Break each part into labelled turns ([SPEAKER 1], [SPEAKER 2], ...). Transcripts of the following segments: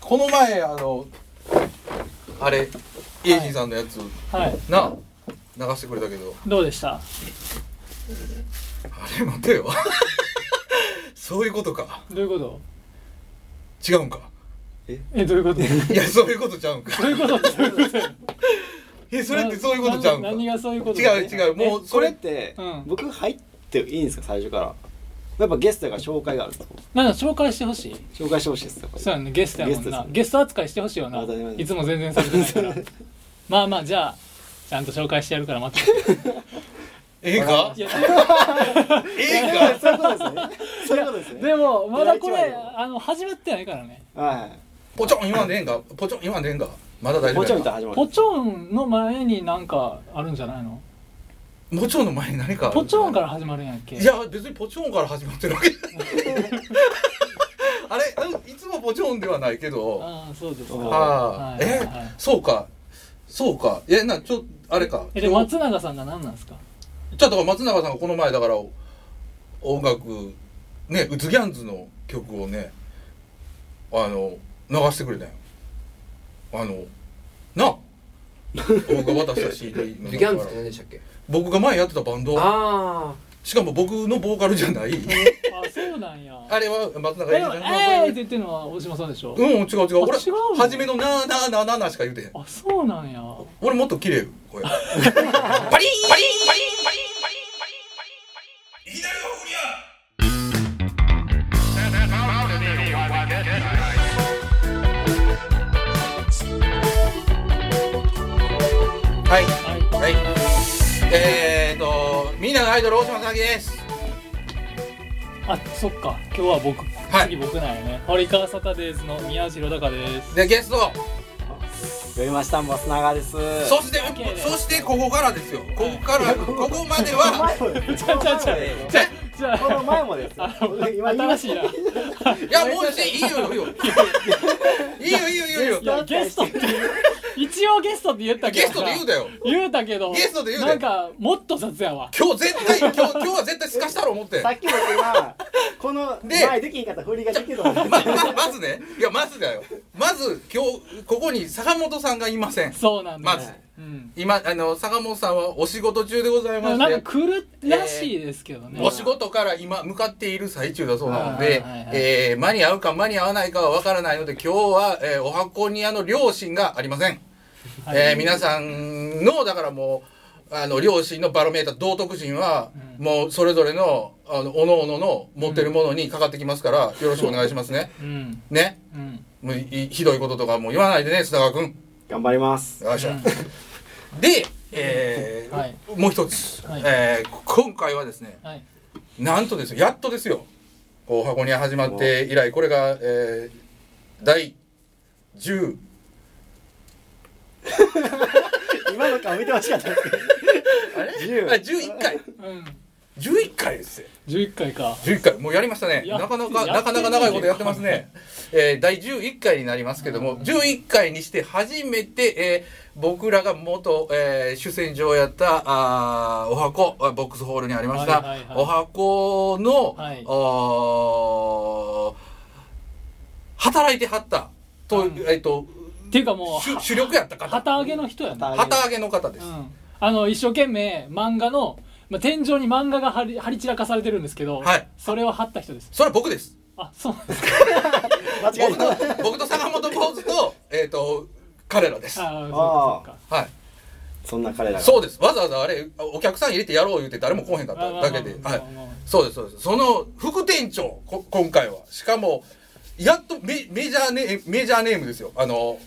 [SPEAKER 1] この前あのあれイエジーさんのやつ、
[SPEAKER 2] はい
[SPEAKER 1] な流してくれたけど
[SPEAKER 2] どうでした
[SPEAKER 1] あれ待てよ そういうことか
[SPEAKER 2] どういうこと
[SPEAKER 1] 違うんか
[SPEAKER 2] えどういうこと
[SPEAKER 1] い
[SPEAKER 2] ど
[SPEAKER 1] やそういうことちゃうんか
[SPEAKER 2] ういうことどういうこと
[SPEAKER 1] え それってそういうことちゃうんか
[SPEAKER 2] な何
[SPEAKER 1] 違
[SPEAKER 2] がそういうこと
[SPEAKER 1] う違うもう
[SPEAKER 3] そ
[SPEAKER 1] そ
[SPEAKER 3] れ
[SPEAKER 1] れ
[SPEAKER 3] っ
[SPEAKER 1] って
[SPEAKER 3] て、
[SPEAKER 2] うん
[SPEAKER 3] 僕入っていいんですか最初からやっぱゲストが紹介があるんですか
[SPEAKER 2] なんか紹介してほしい
[SPEAKER 3] 紹介してほしいですやっぱり
[SPEAKER 2] そうやんねゲストやもん
[SPEAKER 3] ゲスト
[SPEAKER 2] な
[SPEAKER 3] です
[SPEAKER 2] ゲスト扱いしてほしいよな
[SPEAKER 3] 当たり前
[SPEAKER 2] いつも全然されてないから まあまあじゃあちゃんと紹介してやるから待ってて
[SPEAKER 1] ええか
[SPEAKER 2] いや
[SPEAKER 1] ええか
[SPEAKER 3] そういうことですねそういうことですね
[SPEAKER 2] でもまだこ
[SPEAKER 3] いや一枚
[SPEAKER 2] れ
[SPEAKER 3] でも
[SPEAKER 2] あの始まってないからね
[SPEAKER 3] は
[SPEAKER 1] ポチョン今でええんかポチョン今でええんかまだ大丈
[SPEAKER 3] いも
[SPEAKER 1] 夫
[SPEAKER 3] ちろ
[SPEAKER 1] や
[SPEAKER 3] ん見
[SPEAKER 1] な
[SPEAKER 3] たら始まる
[SPEAKER 2] ポチョンの前になんかあるんじゃないの
[SPEAKER 1] ポチョンの前に何かある
[SPEAKER 2] ポチョンから始まるんやっけ
[SPEAKER 1] いや別にポチョンから始まってるわけじゃない あれなんいつもポチョンではないけど
[SPEAKER 2] ああそうですか
[SPEAKER 3] あ
[SPEAKER 1] ああ、
[SPEAKER 2] はい
[SPEAKER 1] え、
[SPEAKER 2] はい
[SPEAKER 1] そうかそうかえなちょあれか
[SPEAKER 2] えで
[SPEAKER 1] 今日
[SPEAKER 2] 松永さんが何なんですか
[SPEAKER 1] ちょっと松永さんがこの前だから音楽ねウツギャンズの曲をねあの流してくれたよあのなあ僕が渡した CD の
[SPEAKER 4] ギャン
[SPEAKER 1] 中か
[SPEAKER 4] ズって
[SPEAKER 1] ら
[SPEAKER 4] 何でしたっけ
[SPEAKER 1] 僕が前やってたバンド
[SPEAKER 4] あ
[SPEAKER 1] しかも僕のボーカルじゃ ない
[SPEAKER 2] あそうな んや
[SPEAKER 1] あれは松永
[SPEAKER 2] え
[SPEAKER 1] 英
[SPEAKER 2] で
[SPEAKER 1] 二さん
[SPEAKER 2] も
[SPEAKER 1] の
[SPEAKER 2] えーって言ってるのは大島さんでしょ
[SPEAKER 1] うん違う違う俺
[SPEAKER 2] あ違うの
[SPEAKER 1] 初めの「なあなあなあなあなあ」しか言うてへん
[SPEAKER 2] あそうなんや
[SPEAKER 1] 俺もっと綺麗これはい
[SPEAKER 2] はい
[SPEAKER 1] はいえーとみんなのアイドル大島さなぎです
[SPEAKER 2] あそっか今日は僕
[SPEAKER 1] はい
[SPEAKER 2] 次僕なんやね堀川サタデーズの宮代隆です
[SPEAKER 1] でゲスト
[SPEAKER 3] 読みましたボスナガです
[SPEAKER 1] そして
[SPEAKER 2] オッケーです
[SPEAKER 1] そしてここからですよここからここまでは
[SPEAKER 3] 前もです
[SPEAKER 2] ちゃちゃちゃ
[SPEAKER 1] じゃ
[SPEAKER 2] じゃ
[SPEAKER 3] この
[SPEAKER 2] あ
[SPEAKER 3] 前もです
[SPEAKER 2] あの新しいない
[SPEAKER 1] やもうしていいよいいよいいよいいよいいよいいよ
[SPEAKER 2] いやゲストって言う一応ゲストって言ったけ
[SPEAKER 1] ゲ
[SPEAKER 2] ど
[SPEAKER 1] ストで言うだよ
[SPEAKER 2] 言うたけど
[SPEAKER 1] ゲストで言うで
[SPEAKER 2] なんかもっと雑やわ
[SPEAKER 1] 今日絶対今日今日は絶対すかしたろ思って
[SPEAKER 3] さっきも今この
[SPEAKER 1] で
[SPEAKER 3] 前できんかった振りができると思う
[SPEAKER 1] まままずねいやまずだよまず今日ここに坂本さんがいません
[SPEAKER 2] そうなんだ
[SPEAKER 1] まず
[SPEAKER 2] うん
[SPEAKER 1] 今あの坂本さんはお仕事中でございま
[SPEAKER 2] なんか
[SPEAKER 1] して
[SPEAKER 2] 来るらしいですけどね、
[SPEAKER 1] お仕事から今向かっている最中だそうなので、
[SPEAKER 2] はいはいはい
[SPEAKER 1] えー間に合うか間に合わないかは分からないので今日は、えーお箱にあの両親がありません、
[SPEAKER 2] はい
[SPEAKER 1] えー皆さんのだからもうあの両親のバロメーター道徳心は、
[SPEAKER 2] うん
[SPEAKER 1] もうそれぞれのあの各々の持ってるものにかかってきますから、よろしくお願いしますね
[SPEAKER 2] うん
[SPEAKER 1] ね
[SPEAKER 2] うん
[SPEAKER 1] もういひどいこととかもう言わないでね須田川君
[SPEAKER 3] 頑張ります
[SPEAKER 1] よっしゃ、で、えー
[SPEAKER 2] はい
[SPEAKER 1] もう一つ、
[SPEAKER 2] はい
[SPEAKER 1] えー今回はですね
[SPEAKER 2] はい
[SPEAKER 1] なんとですよやっとですよこう箱に始まって以来これが、えー、第10
[SPEAKER 3] 今の顔見てほしかったです
[SPEAKER 1] あれ
[SPEAKER 3] 10
[SPEAKER 1] あ11回
[SPEAKER 2] うん
[SPEAKER 1] 11回ですよ
[SPEAKER 2] 11回か
[SPEAKER 1] 11回もうやりましたね
[SPEAKER 2] やっ
[SPEAKER 1] なかなか
[SPEAKER 2] や
[SPEAKER 1] な
[SPEAKER 2] って
[SPEAKER 1] か
[SPEAKER 2] るね
[SPEAKER 1] なか長いことやってますね、えー、第11回になりますけども、11回にして初めて、えー僕らが元、えー主戦場やったあーお箱あボックスホールにありました、
[SPEAKER 2] はいはいはい
[SPEAKER 1] お箱の、
[SPEAKER 2] はい
[SPEAKER 1] おー働いてはったと、
[SPEAKER 2] うん
[SPEAKER 1] えっ、と
[SPEAKER 2] っていうかもう
[SPEAKER 1] 主
[SPEAKER 2] は
[SPEAKER 1] 主力やった方
[SPEAKER 2] 旗揚げの人やな、
[SPEAKER 1] 旗揚げの方で
[SPEAKER 2] う
[SPEAKER 1] す、
[SPEAKER 2] ん、あの一生懸命漫画の、まあ、天井に漫画が張り張り散らかされてるんですけど、
[SPEAKER 1] はい
[SPEAKER 2] それを張った人です
[SPEAKER 1] それは僕です
[SPEAKER 2] あ そうなんですか
[SPEAKER 3] 間違え
[SPEAKER 1] 僕
[SPEAKER 3] た
[SPEAKER 1] と僕と坂本坊主と,、えー、と彼らですは
[SPEAKER 2] あそうか
[SPEAKER 1] い
[SPEAKER 3] そんな彼らが
[SPEAKER 1] そうですわざわざあれお客さん入れてやろう言って誰も来おへんか
[SPEAKER 2] そう
[SPEAKER 1] っ
[SPEAKER 2] かあまあ
[SPEAKER 1] ただけで
[SPEAKER 2] まあ
[SPEAKER 1] は
[SPEAKER 2] まあ
[SPEAKER 1] い
[SPEAKER 2] まあまあ
[SPEAKER 1] そうですそうですその副店長こ今回はしかもやっとメメジャーネメジャーネームですよあの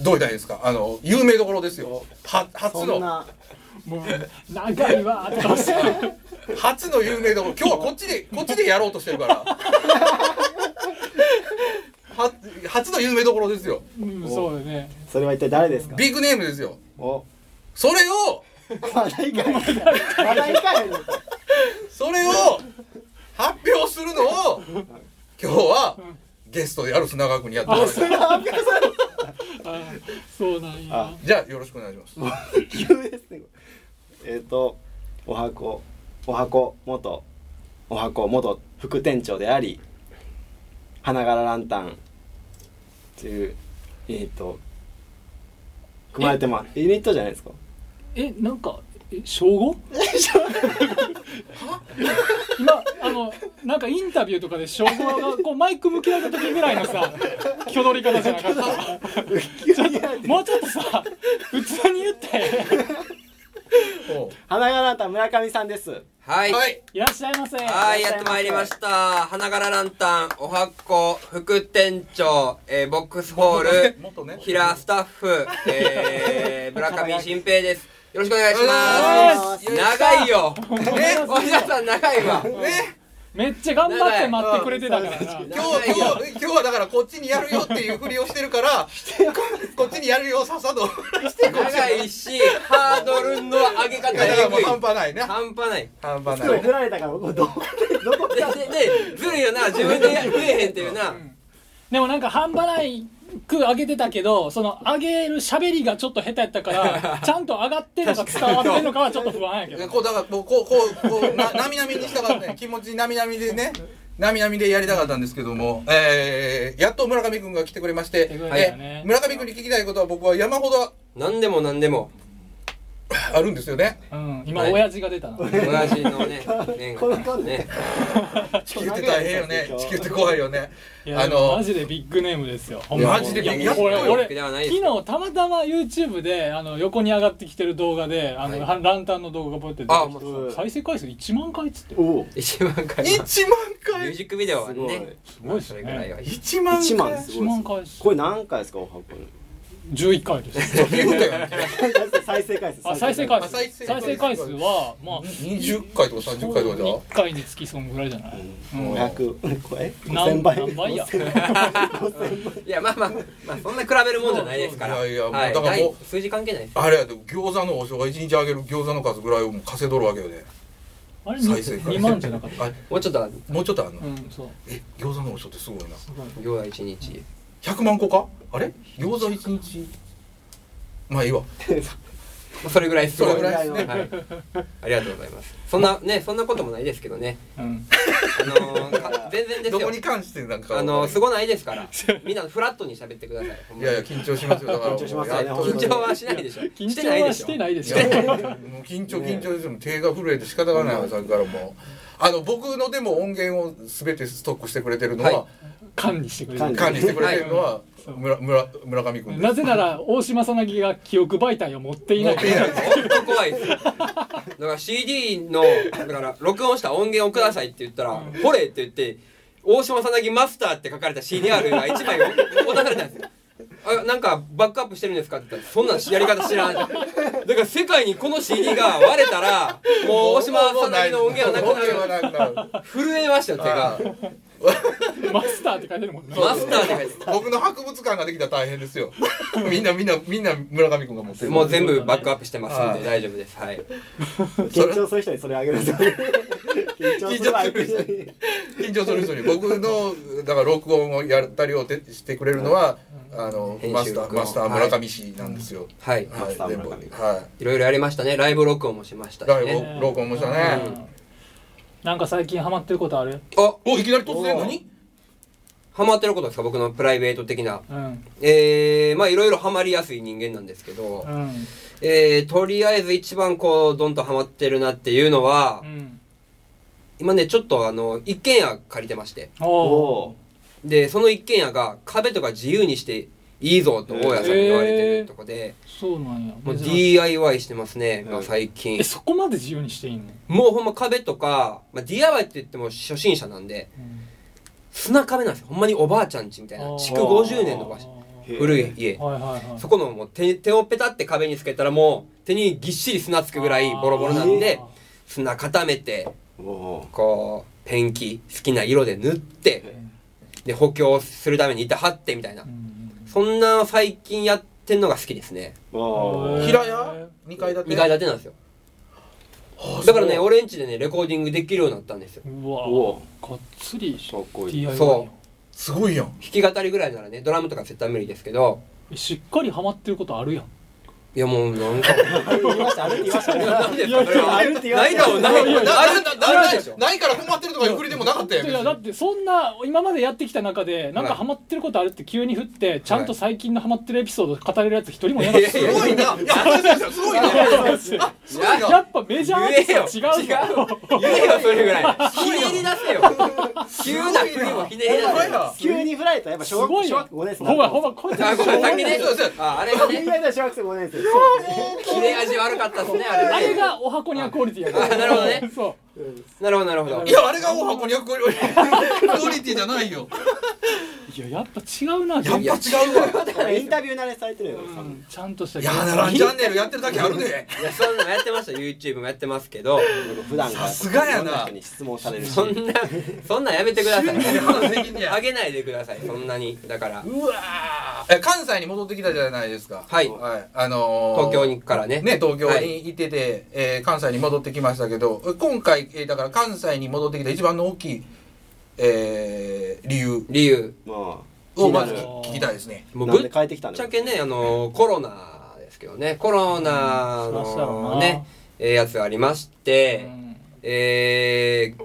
[SPEAKER 1] どう言ったらいいですかあの有名どころですよは初
[SPEAKER 3] そん
[SPEAKER 1] の
[SPEAKER 3] な
[SPEAKER 2] もう長いわーって顔して る
[SPEAKER 1] 初の有名どころ今日はこっち でこっちでやろうとしてるからは初の有名どころですよ
[SPEAKER 2] うんそうだね
[SPEAKER 3] それは一体誰ですか
[SPEAKER 1] ビッグネームですよ
[SPEAKER 3] お
[SPEAKER 1] それを
[SPEAKER 3] まだいかへんまだいかへん
[SPEAKER 1] それを発表するのを今日はゲストである砂川君にやってもらい
[SPEAKER 2] あ
[SPEAKER 1] ま
[SPEAKER 2] そ
[SPEAKER 1] す
[SPEAKER 2] れはあそうなんや
[SPEAKER 3] あ
[SPEAKER 1] じゃあよろしくお願いします
[SPEAKER 3] 急ですねえっ、とお箱お箱元お箱元副店長であり花柄ランタンっていうユニットを組まれてますユニットじゃないですか
[SPEAKER 2] えなんかえ小五今あのなんかインタビューとかで小五がこうマイク向き合った時ぐらいのさ挙取り方じゃなかったちょっともうちょっとさ普通に言って
[SPEAKER 1] おう
[SPEAKER 3] 花柄た村上さんです
[SPEAKER 4] はい。は、
[SPEAKER 1] はいい
[SPEAKER 2] いらっしゃいませ
[SPEAKER 3] い
[SPEAKER 4] やってまいりました。花柄ランタン、おはっこ、副店長、えーボックスホー ル、
[SPEAKER 1] もっとね
[SPEAKER 4] 平スタッフ、えー、 村上新平です。よろしくお願いしま
[SPEAKER 3] お
[SPEAKER 4] す。長いよ。
[SPEAKER 2] ほんま
[SPEAKER 4] ね、
[SPEAKER 2] や
[SPEAKER 4] おじさん長いわ。ね、
[SPEAKER 2] めっちゃ頑張って待ってくれてたからな
[SPEAKER 4] うん
[SPEAKER 1] 今日今日今日はだからこっちにやるよっていうふりをしてる からこっちにやるよさっさとしてこっち
[SPEAKER 4] 長いし、ハードルの上げ方
[SPEAKER 1] だからも
[SPEAKER 4] えぐ
[SPEAKER 1] う
[SPEAKER 4] い。
[SPEAKER 1] 半端ないね
[SPEAKER 4] 半端ない。
[SPEAKER 1] 半端
[SPEAKER 3] 今
[SPEAKER 1] な
[SPEAKER 3] 日
[SPEAKER 1] い
[SPEAKER 3] 振られたから僕どこどこ
[SPEAKER 4] で、で、でずるいよな、自分でや増えへんっていうな。
[SPEAKER 2] でもなんか半端ないく上げてたけどその上げる喋りがちょっと下手やったからちゃんと上がってるのか伝わってるのかはちょっと不安やけど
[SPEAKER 1] こうだからこうこうこうこうななみなみにしたかったね気持ちなみなみでねなみなみでやりたかったんですけども、えー、やっと村上君が来てくれまして、
[SPEAKER 2] 来てくれたよ
[SPEAKER 1] え
[SPEAKER 2] ね
[SPEAKER 1] ー村上君に聞きたいことは僕は山ほど
[SPEAKER 4] 何でも何でも、
[SPEAKER 1] あるんですよね。
[SPEAKER 2] うん今親父が出たな
[SPEAKER 4] 親父の ね、念
[SPEAKER 3] この
[SPEAKER 4] が
[SPEAKER 3] 顔
[SPEAKER 4] ね。
[SPEAKER 1] 地球って大変よね。地球って怖いよね。
[SPEAKER 2] いや
[SPEAKER 1] あの
[SPEAKER 2] マジでビッグネームですよほんま
[SPEAKER 1] マジで
[SPEAKER 2] いや
[SPEAKER 1] やっと
[SPEAKER 2] 俺
[SPEAKER 1] ビッグ
[SPEAKER 2] 俺
[SPEAKER 4] ではないです
[SPEAKER 2] 昨日たまたま YouTube であの横に上がってきてる動画であの、
[SPEAKER 4] は
[SPEAKER 2] ランタンの動画がポイって出て
[SPEAKER 4] あ
[SPEAKER 2] き
[SPEAKER 4] も
[SPEAKER 3] う
[SPEAKER 2] て再生回数1万回っつって
[SPEAKER 3] おお
[SPEAKER 4] 一番か
[SPEAKER 1] 1万
[SPEAKER 4] ミュー
[SPEAKER 1] 回
[SPEAKER 4] ジックビデオは
[SPEAKER 3] すごい
[SPEAKER 4] ね、
[SPEAKER 2] すごいっす
[SPEAKER 4] そ
[SPEAKER 2] ね
[SPEAKER 4] れぐらいは。
[SPEAKER 1] !1 万回
[SPEAKER 3] 一万です
[SPEAKER 2] 1万回です
[SPEAKER 3] これ何回ですかおはこ
[SPEAKER 2] 11回です
[SPEAKER 1] 言うたよね。
[SPEAKER 3] 再生回数
[SPEAKER 2] あ再生回数
[SPEAKER 1] あ 再生
[SPEAKER 2] 再生回数はまあ
[SPEAKER 1] 20回とか30回とかじゃ
[SPEAKER 2] 1回につきそんぐらいじゃない、うん
[SPEAKER 3] 500これ
[SPEAKER 2] 何
[SPEAKER 3] 5000倍
[SPEAKER 2] 何倍や
[SPEAKER 4] いやまあまあまあそんな比べるもんじゃないですから。
[SPEAKER 1] いやいやもう
[SPEAKER 4] は
[SPEAKER 1] だからもう
[SPEAKER 4] 第数字関係ないです。
[SPEAKER 1] あれやで、餃子の王将が1日あげる餃子の数ぐらいをもう稼いどるわけよね。
[SPEAKER 2] あれ
[SPEAKER 1] 再生回数
[SPEAKER 2] 2, 万じゃなかった
[SPEAKER 1] あ
[SPEAKER 4] もうちょっとある
[SPEAKER 1] もうちょっとあんの、
[SPEAKER 2] うんそう
[SPEAKER 1] え、餃子の王将ってすごいな。
[SPEAKER 2] すごい
[SPEAKER 4] 行は一日。
[SPEAKER 1] 100万個かあれ餃子1日まあいいわ
[SPEAKER 4] まあそれぐらいすごい。
[SPEAKER 1] それぐら
[SPEAKER 3] いの
[SPEAKER 4] はい。ありがとうございます。そんなねそんなこともないですけどね。
[SPEAKER 2] うん
[SPEAKER 4] あのーか全然です
[SPEAKER 1] どこ
[SPEAKER 4] よ
[SPEAKER 1] に。関してなんか
[SPEAKER 4] あのーすごないですから。みんなフラットに喋ってください。ほん
[SPEAKER 1] い
[SPEAKER 4] まに
[SPEAKER 1] やいや緊張しますよだから
[SPEAKER 3] 緊張しますよ
[SPEAKER 1] よ
[SPEAKER 3] ね本当
[SPEAKER 4] 緊
[SPEAKER 3] に
[SPEAKER 4] 張はしないでしょ。
[SPEAKER 2] 緊
[SPEAKER 4] してない
[SPEAKER 2] 張
[SPEAKER 4] で
[SPEAKER 2] は
[SPEAKER 4] し
[SPEAKER 2] し
[SPEAKER 4] ょ。
[SPEAKER 2] てないですよ
[SPEAKER 1] もう緊張緊張ですよ手が震えて仕方がないわさっきからもうあの僕のでも音源を全てストックしてくれてるのは、
[SPEAKER 4] は
[SPEAKER 2] 管理してくれ
[SPEAKER 3] 管
[SPEAKER 2] る
[SPEAKER 3] 理
[SPEAKER 1] 管理してくれてるのは、
[SPEAKER 2] い
[SPEAKER 1] 村村村上君で
[SPEAKER 2] なぜなら大島さなぎが記憶媒体を持っていない
[SPEAKER 1] 持っていない
[SPEAKER 4] 本当怖いですよだから CD のだから録音した音源をくださいって言ったら「掘れ」って言って「大島さなぎマスター」って書かれた CDR が1枚渡されたんですよあなんかバックアップしてるんですかって言ったらそんなんやり方知らんだから世界にこの CD が割れたらもう大島さなぎの音源はなくなる
[SPEAKER 1] 音源はなくなる
[SPEAKER 4] 震えましたよ手が
[SPEAKER 2] マスターって書いてるもんね
[SPEAKER 4] マスターって書いて
[SPEAKER 1] 僕の博物館ができたら大変ですよみんなみんなみんな村上君が持って
[SPEAKER 4] る
[SPEAKER 1] る
[SPEAKER 4] もう全部バックアップしてますん
[SPEAKER 1] は
[SPEAKER 4] で
[SPEAKER 1] い
[SPEAKER 4] 大丈夫ですはい
[SPEAKER 3] 緊張する人にそれあげるんですよね緊張する相手に
[SPEAKER 1] 緊張する人に僕のだから録音をやったりをてしてくれるのは、あの
[SPEAKER 4] 編
[SPEAKER 1] マ
[SPEAKER 4] 集
[SPEAKER 1] スター
[SPEAKER 4] 録音
[SPEAKER 1] マスター村上氏なんですよ。
[SPEAKER 4] はい
[SPEAKER 1] はい、
[SPEAKER 3] マスター
[SPEAKER 1] 全部
[SPEAKER 3] 村上
[SPEAKER 1] はい
[SPEAKER 4] ろいろやりましたねライブ録音もしましたし
[SPEAKER 1] ライブ
[SPEAKER 4] ね
[SPEAKER 1] 録音もしたね
[SPEAKER 2] うんなんか最近ハマってることある
[SPEAKER 4] あ
[SPEAKER 1] い。おいきなり突然何？
[SPEAKER 4] ハマってることですか僕のプライベート的な
[SPEAKER 2] うん
[SPEAKER 4] えー、まあいろいろハマりやすい人間なんですけど、
[SPEAKER 2] うん
[SPEAKER 4] えー、とりあえず一番こう、どんとハマってるなっていうのは、
[SPEAKER 2] うん
[SPEAKER 4] 今ね、ちょっとあの、一軒家借りてまして、
[SPEAKER 2] お
[SPEAKER 3] お
[SPEAKER 2] お
[SPEAKER 3] お
[SPEAKER 4] で、その一軒家が壁とか自由にしていいぞと大家さんに言われてるとこで、
[SPEAKER 2] そうなんや
[SPEAKER 4] もう
[SPEAKER 2] 珍しい
[SPEAKER 4] DIY してますね、
[SPEAKER 3] うん
[SPEAKER 4] まあ最近
[SPEAKER 2] え。そこまで自由にしていいの、
[SPEAKER 4] もうほんま壁とか、まあ、DIY って言っても初心者なんで、砂壁なんですよ。ほんまにおばあちゃん家みたいな、築50年の場所、古い家。
[SPEAKER 2] はいはいはい
[SPEAKER 4] そこのもう手手をペタって壁につけたらもう手にぎっしり砂つくぐらいボロボロなんで
[SPEAKER 2] あ
[SPEAKER 4] 砂固めて
[SPEAKER 3] おお
[SPEAKER 4] こうペンキ好きな色で塗ってで補強するために板張ってみたいな
[SPEAKER 2] ーうん
[SPEAKER 4] そんな最近やってんのが好きですね
[SPEAKER 3] おお
[SPEAKER 2] へー
[SPEAKER 1] 平屋？二階建て。
[SPEAKER 4] 2階建てなんですよだからね俺ん家でねレコーディングできるようになったんですよ
[SPEAKER 2] うわ
[SPEAKER 3] お
[SPEAKER 2] がっつり
[SPEAKER 3] かっこいい
[SPEAKER 2] DIY
[SPEAKER 4] そ
[SPEAKER 1] すごいやん。
[SPEAKER 4] 弾き語りぐらいならねドラムとか絶対無理ですけど
[SPEAKER 2] えしっかりハマってることあるやん
[SPEAKER 4] いやもうなんか
[SPEAKER 3] 言いましたあれって言いましたね
[SPEAKER 4] 何ですかそれは
[SPEAKER 3] あるって言わ
[SPEAKER 4] な
[SPEAKER 3] れ
[SPEAKER 4] い
[SPEAKER 3] て
[SPEAKER 4] だろうない
[SPEAKER 2] いやいや
[SPEAKER 4] ないだろうないでしょ
[SPEAKER 1] ないから困ってるとかいうふりでもなかったよ
[SPEAKER 2] い
[SPEAKER 1] 別
[SPEAKER 2] やだっ
[SPEAKER 1] に
[SPEAKER 2] てそんな今までやってきた中でなんか
[SPEAKER 4] はい
[SPEAKER 2] ハマってることあるって急に振ってちゃんと最近のハマってるエピソード語れるやつ一人もいなかった
[SPEAKER 4] い
[SPEAKER 1] す
[SPEAKER 4] や
[SPEAKER 1] ごいないや話ですよすごいな
[SPEAKER 4] すごいな
[SPEAKER 2] やっぱメジャーアーティストは違うよ
[SPEAKER 4] 言えよそれぐらいひねり出せよ急な振りもひねり出
[SPEAKER 1] お前
[SPEAKER 4] せよ
[SPEAKER 1] ら
[SPEAKER 3] 急に振られたらやっぱ
[SPEAKER 2] す
[SPEAKER 3] 小学
[SPEAKER 2] ごい
[SPEAKER 3] 小
[SPEAKER 2] よ
[SPEAKER 3] 学校
[SPEAKER 2] ほ
[SPEAKER 3] 5年生
[SPEAKER 2] ばほばこいつ
[SPEAKER 4] あごめん先ね
[SPEAKER 1] そうそう
[SPEAKER 4] ああれが
[SPEAKER 3] 言
[SPEAKER 4] ね
[SPEAKER 3] われたら小学生5年生
[SPEAKER 4] 切れ味悪かったですねあ
[SPEAKER 2] あ
[SPEAKER 4] れ
[SPEAKER 2] れ
[SPEAKER 4] ね
[SPEAKER 2] がお箱にはクオリティやから
[SPEAKER 4] あなるほどね
[SPEAKER 2] そ
[SPEAKER 4] なるほどなるほど
[SPEAKER 1] いやあれが大箱200クオリティじゃないよ
[SPEAKER 2] ういややっぱ違うな
[SPEAKER 1] やっぱ違うわ
[SPEAKER 3] だからインタビュー慣れされてるよ
[SPEAKER 2] う
[SPEAKER 3] 多分
[SPEAKER 2] んちゃんとした
[SPEAKER 1] いやならんチャンネルやってるだけあるね
[SPEAKER 4] いやそんなのやってました YouTube もやってますけど
[SPEAKER 3] 普段から
[SPEAKER 1] さすがやない
[SPEAKER 3] ろん人に質問されるし
[SPEAKER 4] そんなそんなんやめてください
[SPEAKER 1] 信じられへんやん
[SPEAKER 4] あげないでくださいそんなにだから
[SPEAKER 1] うわーえ関西に戻ってきたじゃないですか
[SPEAKER 4] はい
[SPEAKER 1] はいあのー
[SPEAKER 4] 東京にからね
[SPEAKER 1] ね東京
[SPEAKER 4] はい
[SPEAKER 1] に行ってて、えー関西に戻ってきましたけどえ今回、えーだから関西に戻ってきた一番の大きい、えー理由
[SPEAKER 4] 理由
[SPEAKER 3] もう
[SPEAKER 1] をまず
[SPEAKER 3] 気
[SPEAKER 1] 聞
[SPEAKER 3] に
[SPEAKER 2] る
[SPEAKER 1] 聞きたいですね
[SPEAKER 4] もう
[SPEAKER 3] なるな
[SPEAKER 4] ぶ
[SPEAKER 3] ん
[SPEAKER 4] っ
[SPEAKER 3] で帰ってきたん
[SPEAKER 4] ちゃけねあのコロナですけどねコロナ
[SPEAKER 2] うんそらそうやろ
[SPEAKER 4] の
[SPEAKER 2] な
[SPEAKER 4] ねえーやつがありまして、
[SPEAKER 2] うん
[SPEAKER 4] えー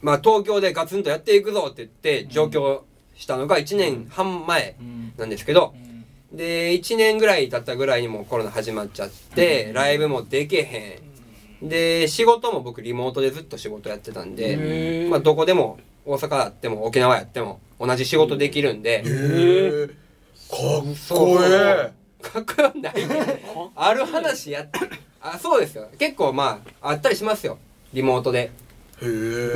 [SPEAKER 4] まあ東京でガツンとやっていくぞって言って上京したのが1年半前
[SPEAKER 2] うん
[SPEAKER 4] なんですけど
[SPEAKER 2] う、ん
[SPEAKER 4] で1年ぐらい経ったぐらいにもうコロナ始まっちゃってライブもでけへんで仕事も僕リモートでずっと仕事やってたん
[SPEAKER 2] へ
[SPEAKER 4] で
[SPEAKER 2] ー、
[SPEAKER 4] まあ、どこでも大阪あっても沖縄やっても同じ仕事できるんで
[SPEAKER 1] へーかっこえ
[SPEAKER 4] かっこよくないね ある話やってあそうですよ結構まああったりしますよリモートで
[SPEAKER 1] え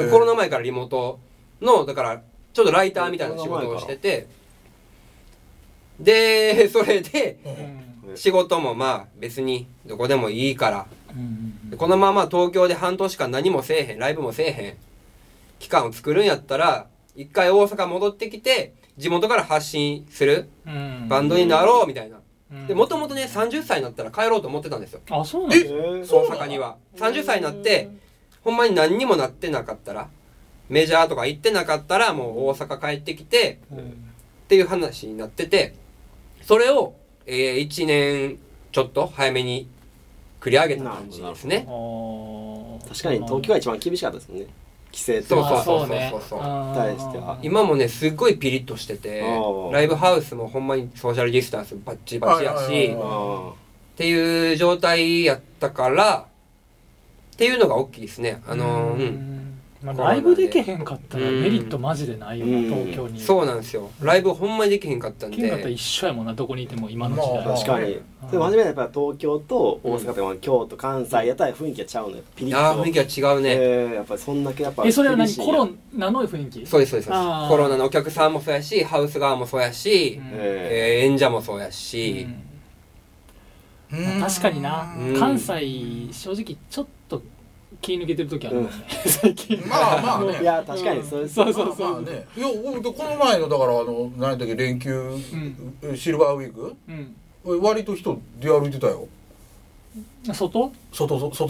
[SPEAKER 1] へえ
[SPEAKER 4] コロナ前からリモートのだからちょっとライターみたいな仕事をしててで それで
[SPEAKER 2] うん
[SPEAKER 4] 仕事もまあ別にどこでもいいから
[SPEAKER 2] うん
[SPEAKER 4] このまま東京で半年間何もせえへんライブもせえへん期間を作るんやったら一回大阪戻ってきて地元から発信する
[SPEAKER 2] うん
[SPEAKER 4] バンドになろうみたいな
[SPEAKER 2] うん
[SPEAKER 4] でもともとね30歳になったら帰ろうと思ってたんですよ
[SPEAKER 2] あそうなんだ
[SPEAKER 3] え
[SPEAKER 4] 大阪には30歳になってほんまに何にもなってなかったらメジャーとか行ってなかったらもう大阪帰ってきて
[SPEAKER 2] うん
[SPEAKER 4] っていう話になっててそれを、え1年ちょっと早めに繰り上げた感じですね
[SPEAKER 2] あー
[SPEAKER 3] 確かに東京は一番厳しかったですもんね規制
[SPEAKER 4] そう
[SPEAKER 3] と
[SPEAKER 4] そう
[SPEAKER 2] あそうね
[SPEAKER 4] そうそうそう
[SPEAKER 2] あー
[SPEAKER 3] 対しては
[SPEAKER 4] 今もねすっごいピリッとしてて
[SPEAKER 3] あー
[SPEAKER 4] ライブハウスもほんまにソーシャルディスタンスバッチバチや
[SPEAKER 1] はいはいは
[SPEAKER 4] し
[SPEAKER 1] いはい
[SPEAKER 3] あ
[SPEAKER 4] っていう状態やったからっていうのが大きいですねあのーうん
[SPEAKER 2] まあ、ライブでけへんかったらメリットマジでないよな、
[SPEAKER 3] うん
[SPEAKER 2] 東京に
[SPEAKER 4] そうなんですよライブほんまにできへんかったん
[SPEAKER 2] 県だったら
[SPEAKER 4] で
[SPEAKER 2] 一緒やもんなどこにいても今の時代、
[SPEAKER 3] あ確かにでも初めてやっぱ東京と大阪とか京都関西やったら雰囲気がちゃうのよピリッと
[SPEAKER 4] あー雰囲気は違うね
[SPEAKER 3] えーやっぱりそんだけやっぱ
[SPEAKER 2] えそれは何
[SPEAKER 3] 厳しい
[SPEAKER 2] コロナの雰囲気
[SPEAKER 4] そうですそうですそうで
[SPEAKER 2] あー
[SPEAKER 4] すコロナのお客さんもそうやしハウス側もそうやし
[SPEAKER 2] うん
[SPEAKER 3] え
[SPEAKER 4] えー演者もそうやし
[SPEAKER 2] うんまあ確かにな、
[SPEAKER 4] うん
[SPEAKER 2] 関西正直ちょっと気抜けてる時あるもんね、 最近
[SPEAKER 1] まあまあ
[SPEAKER 3] ー
[SPEAKER 1] ね
[SPEAKER 3] いや確かにそれ
[SPEAKER 2] そう
[SPEAKER 1] ま
[SPEAKER 2] そうそう、
[SPEAKER 1] あまあねいや俺この前のだからあの何やったっけ連休、シルバーウィーク
[SPEAKER 2] うん
[SPEAKER 1] 割と人出歩いてたよ外外
[SPEAKER 2] 外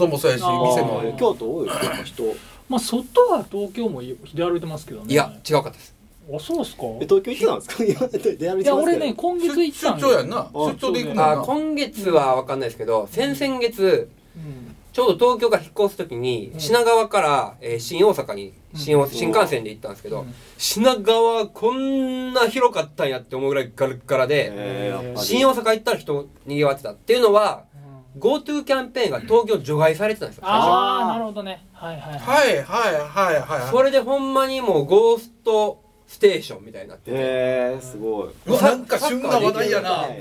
[SPEAKER 1] もそうやし
[SPEAKER 2] あー
[SPEAKER 1] 店
[SPEAKER 3] あ
[SPEAKER 1] も
[SPEAKER 3] ー京都多いよやっぱ人
[SPEAKER 2] まあ外は東京も出歩いてますけどね
[SPEAKER 4] いや違うかったです
[SPEAKER 2] あそうっすか
[SPEAKER 3] え東京行ってたんですか今出歩い
[SPEAKER 2] い
[SPEAKER 3] て
[SPEAKER 2] や
[SPEAKER 3] ますけ
[SPEAKER 2] 俺
[SPEAKER 3] ど
[SPEAKER 2] ね今
[SPEAKER 1] 出
[SPEAKER 2] 月行ったん
[SPEAKER 1] 出張やんな出張で行くもんな
[SPEAKER 4] あー今月は分かんないですけど先々月
[SPEAKER 2] うん
[SPEAKER 4] ちょうど東京から引っ越す時に、
[SPEAKER 2] うん
[SPEAKER 4] 品川から、えー新大阪に新大、
[SPEAKER 3] ん
[SPEAKER 4] 新幹線で行ったんですけど、
[SPEAKER 2] うん
[SPEAKER 4] 品川こんな広かったんやって思うぐらいガラッガラで、
[SPEAKER 3] えーやっぱり
[SPEAKER 4] 新大阪行ったら人にぎわってたっていうのは GoTo キャンペーンが東京除外されてたんですよ最初
[SPEAKER 2] ああなるほどねはいはいい
[SPEAKER 1] はいはいはいはいはい
[SPEAKER 4] それでほんまにもうゴーストステーションみたいになってて、
[SPEAKER 3] えーすごいう
[SPEAKER 1] わなんか旬な話題やな
[SPEAKER 3] はい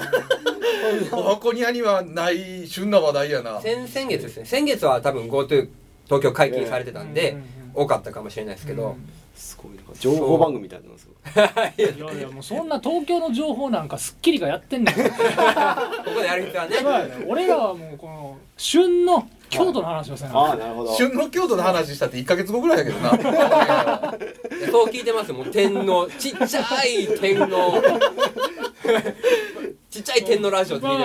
[SPEAKER 1] お箱にゃにはない旬な話題やな
[SPEAKER 4] 先々月ですね先月は多分 GoTo 東京解禁されてたん
[SPEAKER 2] う
[SPEAKER 4] で、
[SPEAKER 2] んうんうん
[SPEAKER 4] 多かったかもしれないですけど、
[SPEAKER 3] すごいなんか情報番組みたいなのすごい
[SPEAKER 2] いやいやもうそんな東京の情報なんか『スッキリ』がやってんだよ
[SPEAKER 4] ここでやる必要はね、
[SPEAKER 2] 俺らはもうこの旬の京都の話をせな
[SPEAKER 3] あ
[SPEAKER 2] あ
[SPEAKER 3] あなるほ ど
[SPEAKER 1] 旬の京都の話したって1か月後ぐらいやけどな
[SPEAKER 4] そう聞いてますよもう天皇ちっちゃい天 皇ちっちゃい天皇ラジオって聞い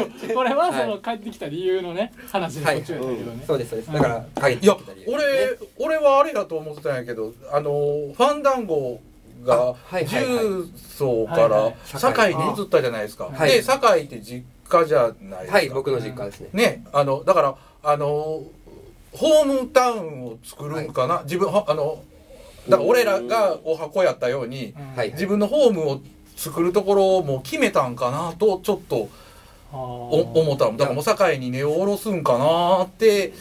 [SPEAKER 4] てますよ
[SPEAKER 2] これはその帰ってきた理由のね話の途中やったけどね
[SPEAKER 4] そうですそうですだから帰って
[SPEAKER 1] いや
[SPEAKER 4] きたり
[SPEAKER 1] 俺俺はあれやと思ってたんやけどあのファンダンゴ
[SPEAKER 4] あ
[SPEAKER 1] が
[SPEAKER 4] はいはいはい
[SPEAKER 1] 重曹
[SPEAKER 2] は
[SPEAKER 1] か
[SPEAKER 2] いは
[SPEAKER 1] ら
[SPEAKER 2] い
[SPEAKER 1] 堺に移ったじゃないですか、
[SPEAKER 4] はい
[SPEAKER 1] で堺って実家じゃないですか。
[SPEAKER 4] はい僕の実家ですね
[SPEAKER 1] ね、あのだからあのホームタウンを作るんかな、自分ほあのだから俺らがお箱やったように
[SPEAKER 2] うん
[SPEAKER 4] はい
[SPEAKER 1] 自分のホームを作るところをもう決めたんかなとちょっと
[SPEAKER 2] あー
[SPEAKER 1] お思ったのだからもう堺に根を下ろすんかなって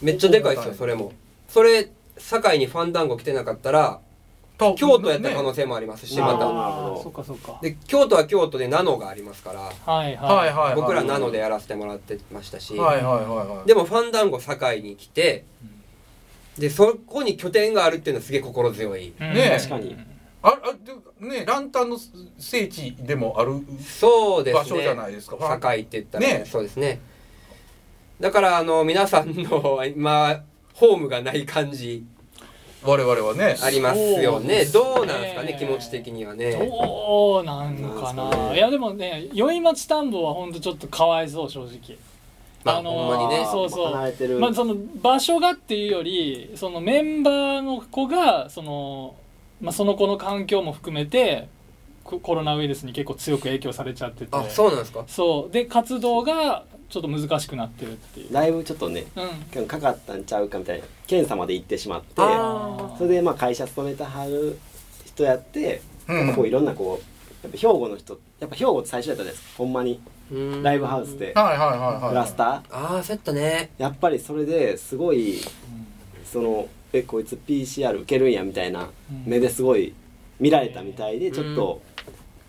[SPEAKER 4] めっちゃでかいですよそれもそれ堺にファンダンゴ来てなかったら
[SPEAKER 1] 京
[SPEAKER 4] 京都やった可能
[SPEAKER 1] 性
[SPEAKER 4] 性もありますし
[SPEAKER 3] ね
[SPEAKER 4] ま
[SPEAKER 3] あ
[SPEAKER 4] た
[SPEAKER 3] なるほど
[SPEAKER 2] そっかそっか
[SPEAKER 4] で京都は京都でナノがありますから
[SPEAKER 2] は
[SPEAKER 1] はい
[SPEAKER 2] い
[SPEAKER 1] はいはい
[SPEAKER 4] 僕らナノでやらせてもらってましたし
[SPEAKER 1] はいはいはいはい
[SPEAKER 4] でもファンダンゴ堺に来てでそこに拠点があるっていうのはすげえ心強い
[SPEAKER 2] うん
[SPEAKER 1] ねえ
[SPEAKER 3] 確かに
[SPEAKER 1] ああでねランタンの聖地でもある
[SPEAKER 4] そうですね
[SPEAKER 1] 場所じゃないですか
[SPEAKER 4] 堺って言ったら
[SPEAKER 1] ね
[SPEAKER 4] ねそうですねだからあの皆さんの今ホームがない感じ
[SPEAKER 1] 我々はね
[SPEAKER 4] ありますよね
[SPEAKER 2] そ
[SPEAKER 4] ど
[SPEAKER 2] うですね
[SPEAKER 4] うなんですかね気持ち的にはね
[SPEAKER 2] どうなんのか
[SPEAKER 3] なんすか
[SPEAKER 2] な
[SPEAKER 3] ね
[SPEAKER 2] いやでもね宵町田んぼはほんとちょっとかわいそう正直
[SPEAKER 4] まあ
[SPEAKER 2] あのー
[SPEAKER 4] ほんまにね
[SPEAKER 2] そうそう
[SPEAKER 3] 離れてる、
[SPEAKER 2] まあその場所がっていうよりそのメンバーの子がその,、まあ、その子の環境も含めてココロナウイルスに結構強く影響されちゃってて
[SPEAKER 4] あそうなんですか
[SPEAKER 2] そうで活動がちょっと難しくなってるっていう、
[SPEAKER 3] だいぶちょっとね
[SPEAKER 2] うん、
[SPEAKER 3] かかったんちゃうかみたいな検査まで行ってしまって
[SPEAKER 4] あ
[SPEAKER 3] それでまあ会社勤めてはる人やって、
[SPEAKER 1] うん
[SPEAKER 3] やっぱこういろんなこうやっぱ兵庫の人やっぱ兵庫って最初やったじゃないですかほんまに
[SPEAKER 4] うん
[SPEAKER 3] ライブハウスで
[SPEAKER 1] はいはいはいはい
[SPEAKER 3] クラスター
[SPEAKER 4] ああそうやったね
[SPEAKER 3] やっぱりそれですごいそのえこいつ PCR 受けるんやみたいな
[SPEAKER 2] うん
[SPEAKER 3] 目ですごい見られたみたいで
[SPEAKER 4] ん
[SPEAKER 3] ちょっと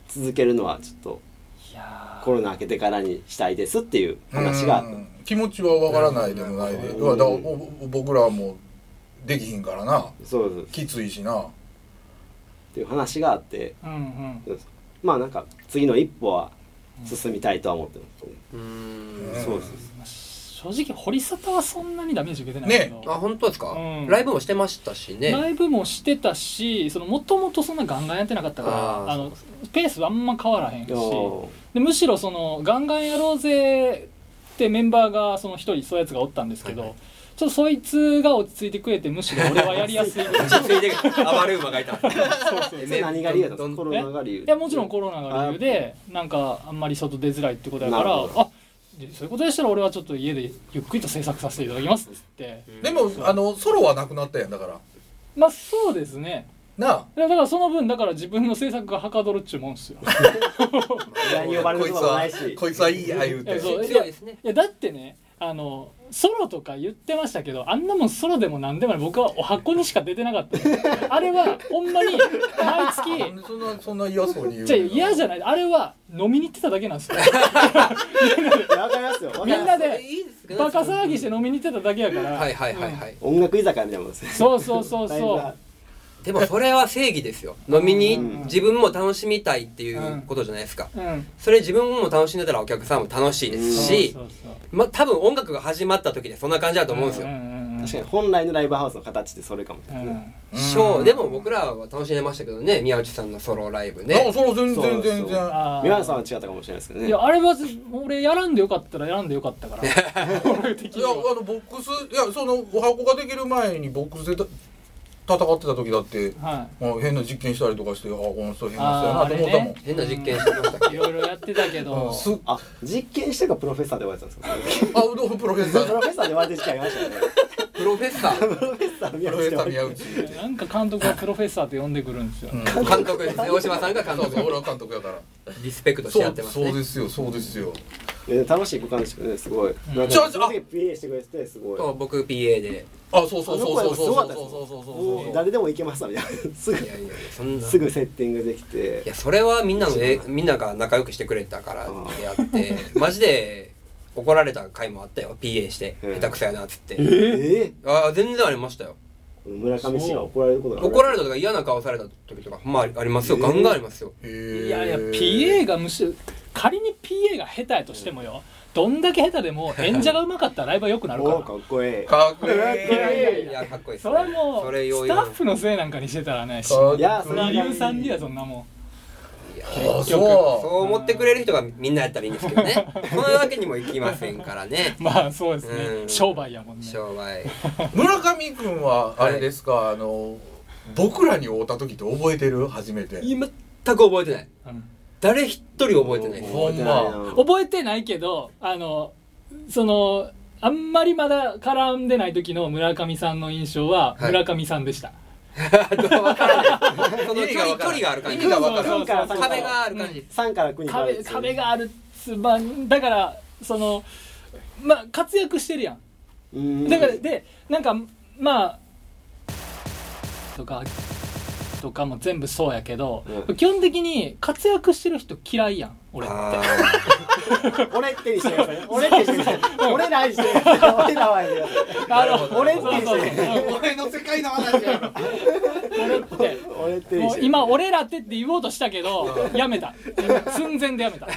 [SPEAKER 3] 続けるのはちょっと
[SPEAKER 2] いや
[SPEAKER 3] コロナ明けてからにしたいですっていう話があった
[SPEAKER 1] うん気持ちはわからないでもないで、
[SPEAKER 3] うん
[SPEAKER 1] うわだからおお僕らはもうできひんからな
[SPEAKER 3] そうですっ
[SPEAKER 1] きついしな
[SPEAKER 3] ていう話があって
[SPEAKER 2] ーうんうん
[SPEAKER 3] そうですまあなんか次の一歩は進みたいとは思ってますね、
[SPEAKER 4] うーん
[SPEAKER 1] うん
[SPEAKER 3] そうです
[SPEAKER 2] 正直堀沙汰はそんなにダメージ受けてないけど、
[SPEAKER 1] ね
[SPEAKER 4] あ本当ですか
[SPEAKER 2] うん
[SPEAKER 4] ライブもしてましたしね
[SPEAKER 2] ライブもしてたしもともとそんなガンガンやってなかったから
[SPEAKER 4] あー
[SPEAKER 2] あのペースはあんま変わらへんし
[SPEAKER 3] あー
[SPEAKER 2] でむしろそのガンガンやろうぜってメンバーがその一人そういうやつがおったんですけど、
[SPEAKER 4] はいは
[SPEAKER 2] ちょっとそいつが落ち着いてくれてむしろ俺はやりやすいぐらい
[SPEAKER 4] 落ち着いて暴れ馬がいた
[SPEAKER 3] それ何が理由だったんですかコ
[SPEAKER 4] どん
[SPEAKER 3] ロナが理由
[SPEAKER 2] いやもちろんコロナが理由でなんかあんまり外出づらいってことやから
[SPEAKER 3] なるほど
[SPEAKER 2] あでそういうことでしたら俺はちょっと家でゆっくりと制作させていただきますっつって
[SPEAKER 4] うん
[SPEAKER 1] でもあのソロはなくなったやんだから
[SPEAKER 2] まあそうですね
[SPEAKER 1] なあ
[SPEAKER 2] いやだからその分だから自分の制作がはかどるっちゅうもんですよ
[SPEAKER 3] 裏に呼ばれることもないし
[SPEAKER 1] こいつはいいや言う
[SPEAKER 2] い
[SPEAKER 1] て
[SPEAKER 2] やそう
[SPEAKER 4] 強いですね
[SPEAKER 2] いやだってねあのソロとか言ってましたけどあんなもんソロでも何でもない僕はお箱にしか出てなかったあれはほんまに毎
[SPEAKER 1] なん
[SPEAKER 2] 月
[SPEAKER 1] でそんなそんな嫌そうに言う
[SPEAKER 2] じゃあ嫌じゃ
[SPEAKER 1] ん
[SPEAKER 2] ないあれは飲みに行ってただけなんですよ
[SPEAKER 3] いやわかりますよわかり
[SPEAKER 2] みん
[SPEAKER 3] ます
[SPEAKER 2] なで
[SPEAKER 4] いいですけど
[SPEAKER 2] バカ騒ぎして飲みに行ってただけやから
[SPEAKER 4] はいはいはいはい
[SPEAKER 3] 音楽居酒屋みたいなもんですね
[SPEAKER 2] そうそうそう
[SPEAKER 3] ライブ
[SPEAKER 2] そう
[SPEAKER 3] は
[SPEAKER 4] でもそれは正義ですよ飲みに
[SPEAKER 3] うん
[SPEAKER 4] 自分も楽しみたいっていうことじゃないですか
[SPEAKER 2] うん
[SPEAKER 4] それ自分も楽しんでたらお客さんも楽しいですし
[SPEAKER 2] そうそう
[SPEAKER 4] ま多分音楽が始まった時でそんな感じだと
[SPEAKER 2] そう
[SPEAKER 4] 思うんですよ
[SPEAKER 2] んんうん
[SPEAKER 3] 確かに本来のライブハウスの形ってそれかもしれないですね、
[SPEAKER 1] うん
[SPEAKER 4] ショーでも僕らは楽しんでましたけどね宮内さんのソロライブ
[SPEAKER 1] あ
[SPEAKER 4] ね
[SPEAKER 1] ソロ全
[SPEAKER 3] そうそ
[SPEAKER 1] 然
[SPEAKER 3] う
[SPEAKER 1] 全然
[SPEAKER 2] あー
[SPEAKER 3] 宮根さんは違ったかもしれないですけどね
[SPEAKER 2] いやあれは俺やらんでよかったらやらんでよかった から俺的
[SPEAKER 1] い
[SPEAKER 2] に
[SPEAKER 1] や
[SPEAKER 2] は
[SPEAKER 1] あのボックスいやそのお箱ができる前にボックスでた戦ってた時だって、
[SPEAKER 2] は
[SPEAKER 1] まあ、変な実験したりとかしてあこの人変な人やなと思ったもん、
[SPEAKER 2] あーあれね
[SPEAKER 4] 変な実験してました
[SPEAKER 2] い
[SPEAKER 4] っけ
[SPEAKER 2] いろいろやってたけ
[SPEAKER 1] う
[SPEAKER 2] ど
[SPEAKER 1] んす
[SPEAKER 3] あ実験してかプロフェッサーで呼ばれてたんですか
[SPEAKER 1] あうどんプロフェッ
[SPEAKER 3] プ
[SPEAKER 1] サー
[SPEAKER 3] ロフェッサーで呼ばれてる時期ありましたよね
[SPEAKER 4] プロフェッサー
[SPEAKER 3] プロフェッサー宮
[SPEAKER 1] プロフェ
[SPEAKER 3] 内
[SPEAKER 1] ッ
[SPEAKER 3] で
[SPEAKER 1] サ
[SPEAKER 3] 呼ば
[SPEAKER 1] ー
[SPEAKER 3] れて
[SPEAKER 1] 宮
[SPEAKER 3] る
[SPEAKER 1] 内
[SPEAKER 2] でなんか監督がプロフェッサーって呼んでくるんですよ、
[SPEAKER 1] うん
[SPEAKER 4] 監督ですね大島さんが監
[SPEAKER 1] そう
[SPEAKER 4] 督
[SPEAKER 1] そう俺は監督やから
[SPEAKER 4] リスペクトしてやってます
[SPEAKER 1] そうそう
[SPEAKER 4] ね
[SPEAKER 1] ですよそうですよ
[SPEAKER 3] ね楽しい空間でしたねすごいなんか
[SPEAKER 1] ちょ
[SPEAKER 3] そ
[SPEAKER 1] ちょ
[SPEAKER 3] の時 PA してくれててすごい
[SPEAKER 4] そう僕 PA で
[SPEAKER 1] あそうそ
[SPEAKER 3] あ
[SPEAKER 1] う
[SPEAKER 3] の
[SPEAKER 1] そう
[SPEAKER 3] 子は
[SPEAKER 1] そ
[SPEAKER 3] やっ
[SPEAKER 1] う
[SPEAKER 3] ぱ
[SPEAKER 1] そ
[SPEAKER 3] す
[SPEAKER 1] う
[SPEAKER 3] ご
[SPEAKER 1] そうそうそ
[SPEAKER 3] かったです
[SPEAKER 1] う
[SPEAKER 3] も
[SPEAKER 1] そうう
[SPEAKER 3] 誰でも行けますみたいなすぐ
[SPEAKER 4] いやいやいやそんな
[SPEAKER 3] すぐセッティングできて
[SPEAKER 4] いやそれはみんなのえみんなが仲良くしてくれたからであって マジで怒られた回もあったよ PA して
[SPEAKER 3] うん
[SPEAKER 4] 下手くそやなっつって、
[SPEAKER 3] え
[SPEAKER 4] ああ全然ありましたよ
[SPEAKER 3] ー村上氏が怒られることが
[SPEAKER 4] 怒られ
[SPEAKER 3] る
[SPEAKER 4] たとか嫌な顔された時とかまあありますよガンガンありますよ、
[SPEAKER 1] へー
[SPEAKER 2] いやいや PA がむしろ仮に PA が下手やとしてもよどんだけ下手で も演者がうまかったらライブは良くなるか
[SPEAKER 3] お
[SPEAKER 2] ら
[SPEAKER 3] ーかっこいい
[SPEAKER 1] かっこいい
[SPEAKER 3] かっ
[SPEAKER 2] いやいやい
[SPEAKER 4] い
[SPEAKER 2] や
[SPEAKER 4] やかっこいいっす
[SPEAKER 2] そ
[SPEAKER 4] ね
[SPEAKER 2] れはもう
[SPEAKER 4] それ用
[SPEAKER 2] ス
[SPEAKER 4] 意
[SPEAKER 2] タ
[SPEAKER 4] な
[SPEAKER 2] ッフのせいなんかにしてたらねし
[SPEAKER 1] かっこ
[SPEAKER 3] いやそれは
[SPEAKER 2] リリーさんにはそんなもん
[SPEAKER 1] あ
[SPEAKER 2] 結局
[SPEAKER 4] そう
[SPEAKER 1] そ
[SPEAKER 4] 思ってくれる人がみんなやったらいいんですけどね そのわけにもいきませんからね
[SPEAKER 2] まあそうですね
[SPEAKER 4] うん
[SPEAKER 2] 商売やもんね
[SPEAKER 4] 商売
[SPEAKER 1] う村上君はあれですか、あの僕らに会った時って覚えてる初めて
[SPEAKER 4] 全く覚えてない
[SPEAKER 2] うん
[SPEAKER 4] 誰一人覚えてないです
[SPEAKER 1] ほんま
[SPEAKER 2] 覚えてないけどあのそのあんまりまだ絡んでない時の村上さんの印象は
[SPEAKER 4] はい
[SPEAKER 2] 村上さんでした、
[SPEAKER 4] わからないその
[SPEAKER 1] 意
[SPEAKER 4] 距
[SPEAKER 1] 味がわ
[SPEAKER 4] 離距
[SPEAKER 1] からん
[SPEAKER 4] 離がある感じ
[SPEAKER 2] 意味がわ
[SPEAKER 4] 壁
[SPEAKER 2] からん
[SPEAKER 3] 4から3から
[SPEAKER 4] がある感じ
[SPEAKER 3] 3から9に変わる
[SPEAKER 2] 壁
[SPEAKER 3] んですよ
[SPEAKER 2] 壁があるつまあだからそのまあ活躍してるやん
[SPEAKER 3] うん
[SPEAKER 2] だからでなんかまあとかとかも全部そうやけど、
[SPEAKER 3] うん
[SPEAKER 2] 基本的に活躍してる人嫌いやん俺って
[SPEAKER 4] あ
[SPEAKER 3] 俺ってにしてください俺ってにしてください俺らにしてください俺らはにしてください
[SPEAKER 2] あの
[SPEAKER 3] 俺って
[SPEAKER 2] そう
[SPEAKER 3] にし
[SPEAKER 2] そう
[SPEAKER 3] て
[SPEAKER 2] そううん
[SPEAKER 5] 俺の世界の話やろ
[SPEAKER 2] 俺って
[SPEAKER 3] 俺ってに
[SPEAKER 2] も
[SPEAKER 3] し
[SPEAKER 2] う
[SPEAKER 3] て
[SPEAKER 2] 今俺らってって言おうとしたけどやめた寸前でやめた
[SPEAKER 4] ー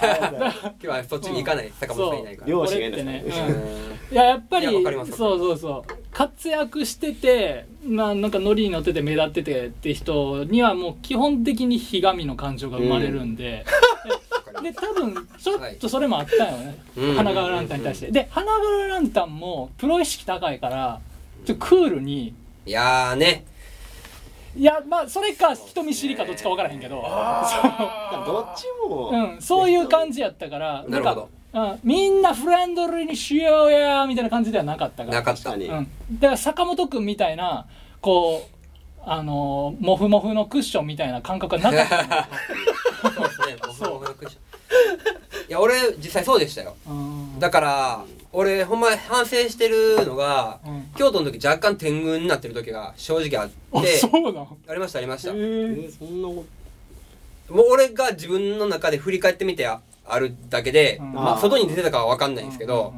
[SPEAKER 4] 今日はそっちに行かない坂本さんいないから
[SPEAKER 3] 両親
[SPEAKER 2] 俺
[SPEAKER 3] が
[SPEAKER 2] って
[SPEAKER 3] いな
[SPEAKER 2] ね
[SPEAKER 3] い、
[SPEAKER 4] う
[SPEAKER 2] うんいややっぱり
[SPEAKER 4] いやわかりますわかり
[SPEAKER 2] そうそうそう活躍しててまあなんかノリに乗ってて目立っててって人にはもう基本的にひがみの感情が生まれるんで、
[SPEAKER 4] ん
[SPEAKER 2] で多分ちょっとそれもあったよね、
[SPEAKER 4] うん
[SPEAKER 2] 花柄ランタンに対してで花柄ランタンもプロ意識高いからちょっとクールに
[SPEAKER 4] いやーね
[SPEAKER 2] いやまあそれか人見知りかどっちか分からへんけど
[SPEAKER 3] どっちも、
[SPEAKER 2] うん、そういう感じやったから
[SPEAKER 4] なるほど
[SPEAKER 2] なんか、うん、みんなフレンドリーにしようやみたいな感じではなかったから
[SPEAKER 4] なかっ
[SPEAKER 3] 確
[SPEAKER 4] た
[SPEAKER 3] かに、
[SPEAKER 2] うん、だから坂本君みたいなこうあのーモフモフのクッションみたいな感覚がなかったの
[SPEAKER 4] そうですね僕も僕もいや俺実際そうでしたよ
[SPEAKER 2] うん
[SPEAKER 4] だから俺ほんま反省してるのが
[SPEAKER 2] うん
[SPEAKER 4] 京都の時若干天狗になってる時が正直あっ
[SPEAKER 2] あ
[SPEAKER 4] て
[SPEAKER 2] そうなん
[SPEAKER 4] ありましたありましたもう
[SPEAKER 2] へえ
[SPEAKER 3] えそんなこ
[SPEAKER 4] 俺が自分の中で振り返ってみてああるだけで、
[SPEAKER 2] うん
[SPEAKER 4] まあ、外に出てたかは分かんないんですけど、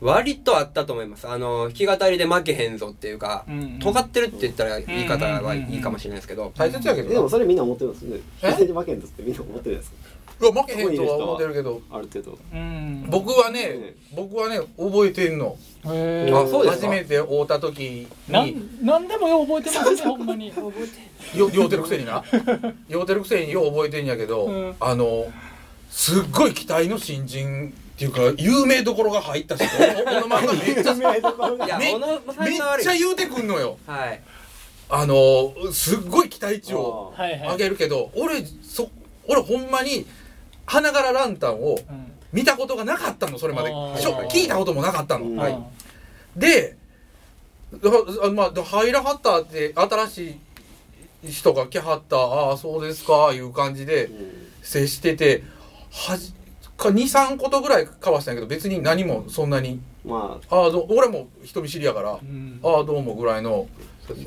[SPEAKER 4] 割とあったと思いますあの弾き語りで負けへんぞっていうか、
[SPEAKER 2] うんうん
[SPEAKER 4] 尖ってるって言ったら言い方はいいかもしれないですけど、
[SPEAKER 1] 大切やけ
[SPEAKER 3] とで
[SPEAKER 1] ど
[SPEAKER 3] も
[SPEAKER 1] な
[SPEAKER 3] それみんな思ってますね
[SPEAKER 1] え
[SPEAKER 3] 人に負けんとってみんな思ってるんですか
[SPEAKER 1] いや負けへんとは思ってるけど
[SPEAKER 3] ある程度
[SPEAKER 2] うんうん
[SPEAKER 1] 僕はね僕はね覚えてんの
[SPEAKER 2] うんへえ
[SPEAKER 4] あそうです
[SPEAKER 1] 初
[SPEAKER 4] か
[SPEAKER 1] めて会うた時
[SPEAKER 2] な
[SPEAKER 1] に
[SPEAKER 2] んなんでもよう覚えてますねほんまに
[SPEAKER 1] よ酔うてるくせに な酔うてるくせによう覚えてんやけど、
[SPEAKER 2] うん
[SPEAKER 1] あのすっごい期待の新人っていうか有名どころが入った人この漫画めっち ゃ
[SPEAKER 4] いや
[SPEAKER 1] め
[SPEAKER 4] 小野さ
[SPEAKER 1] め
[SPEAKER 4] ん
[SPEAKER 1] っ
[SPEAKER 4] が悪い
[SPEAKER 1] ちゃ言うてくんのよ
[SPEAKER 4] はい
[SPEAKER 1] あのすっごい期待値を
[SPEAKER 3] あー
[SPEAKER 2] はいは
[SPEAKER 1] 上
[SPEAKER 2] い、
[SPEAKER 1] げるけど俺そ俺ほんまに花柄ランタンを
[SPEAKER 2] うん
[SPEAKER 1] 見たことがなかったのそれまで
[SPEAKER 2] あー
[SPEAKER 1] しょ聞いたこともなかったの、
[SPEAKER 3] うん
[SPEAKER 1] はい、でだあまあだ入らはったって新しい人が来はったああそうですかいう感じで接しててはじか23ことぐらい交わしたんやけど別に何もそんなに
[SPEAKER 3] うんま
[SPEAKER 1] ああど俺も人見知りやから
[SPEAKER 2] うん
[SPEAKER 1] ああどうもぐらいの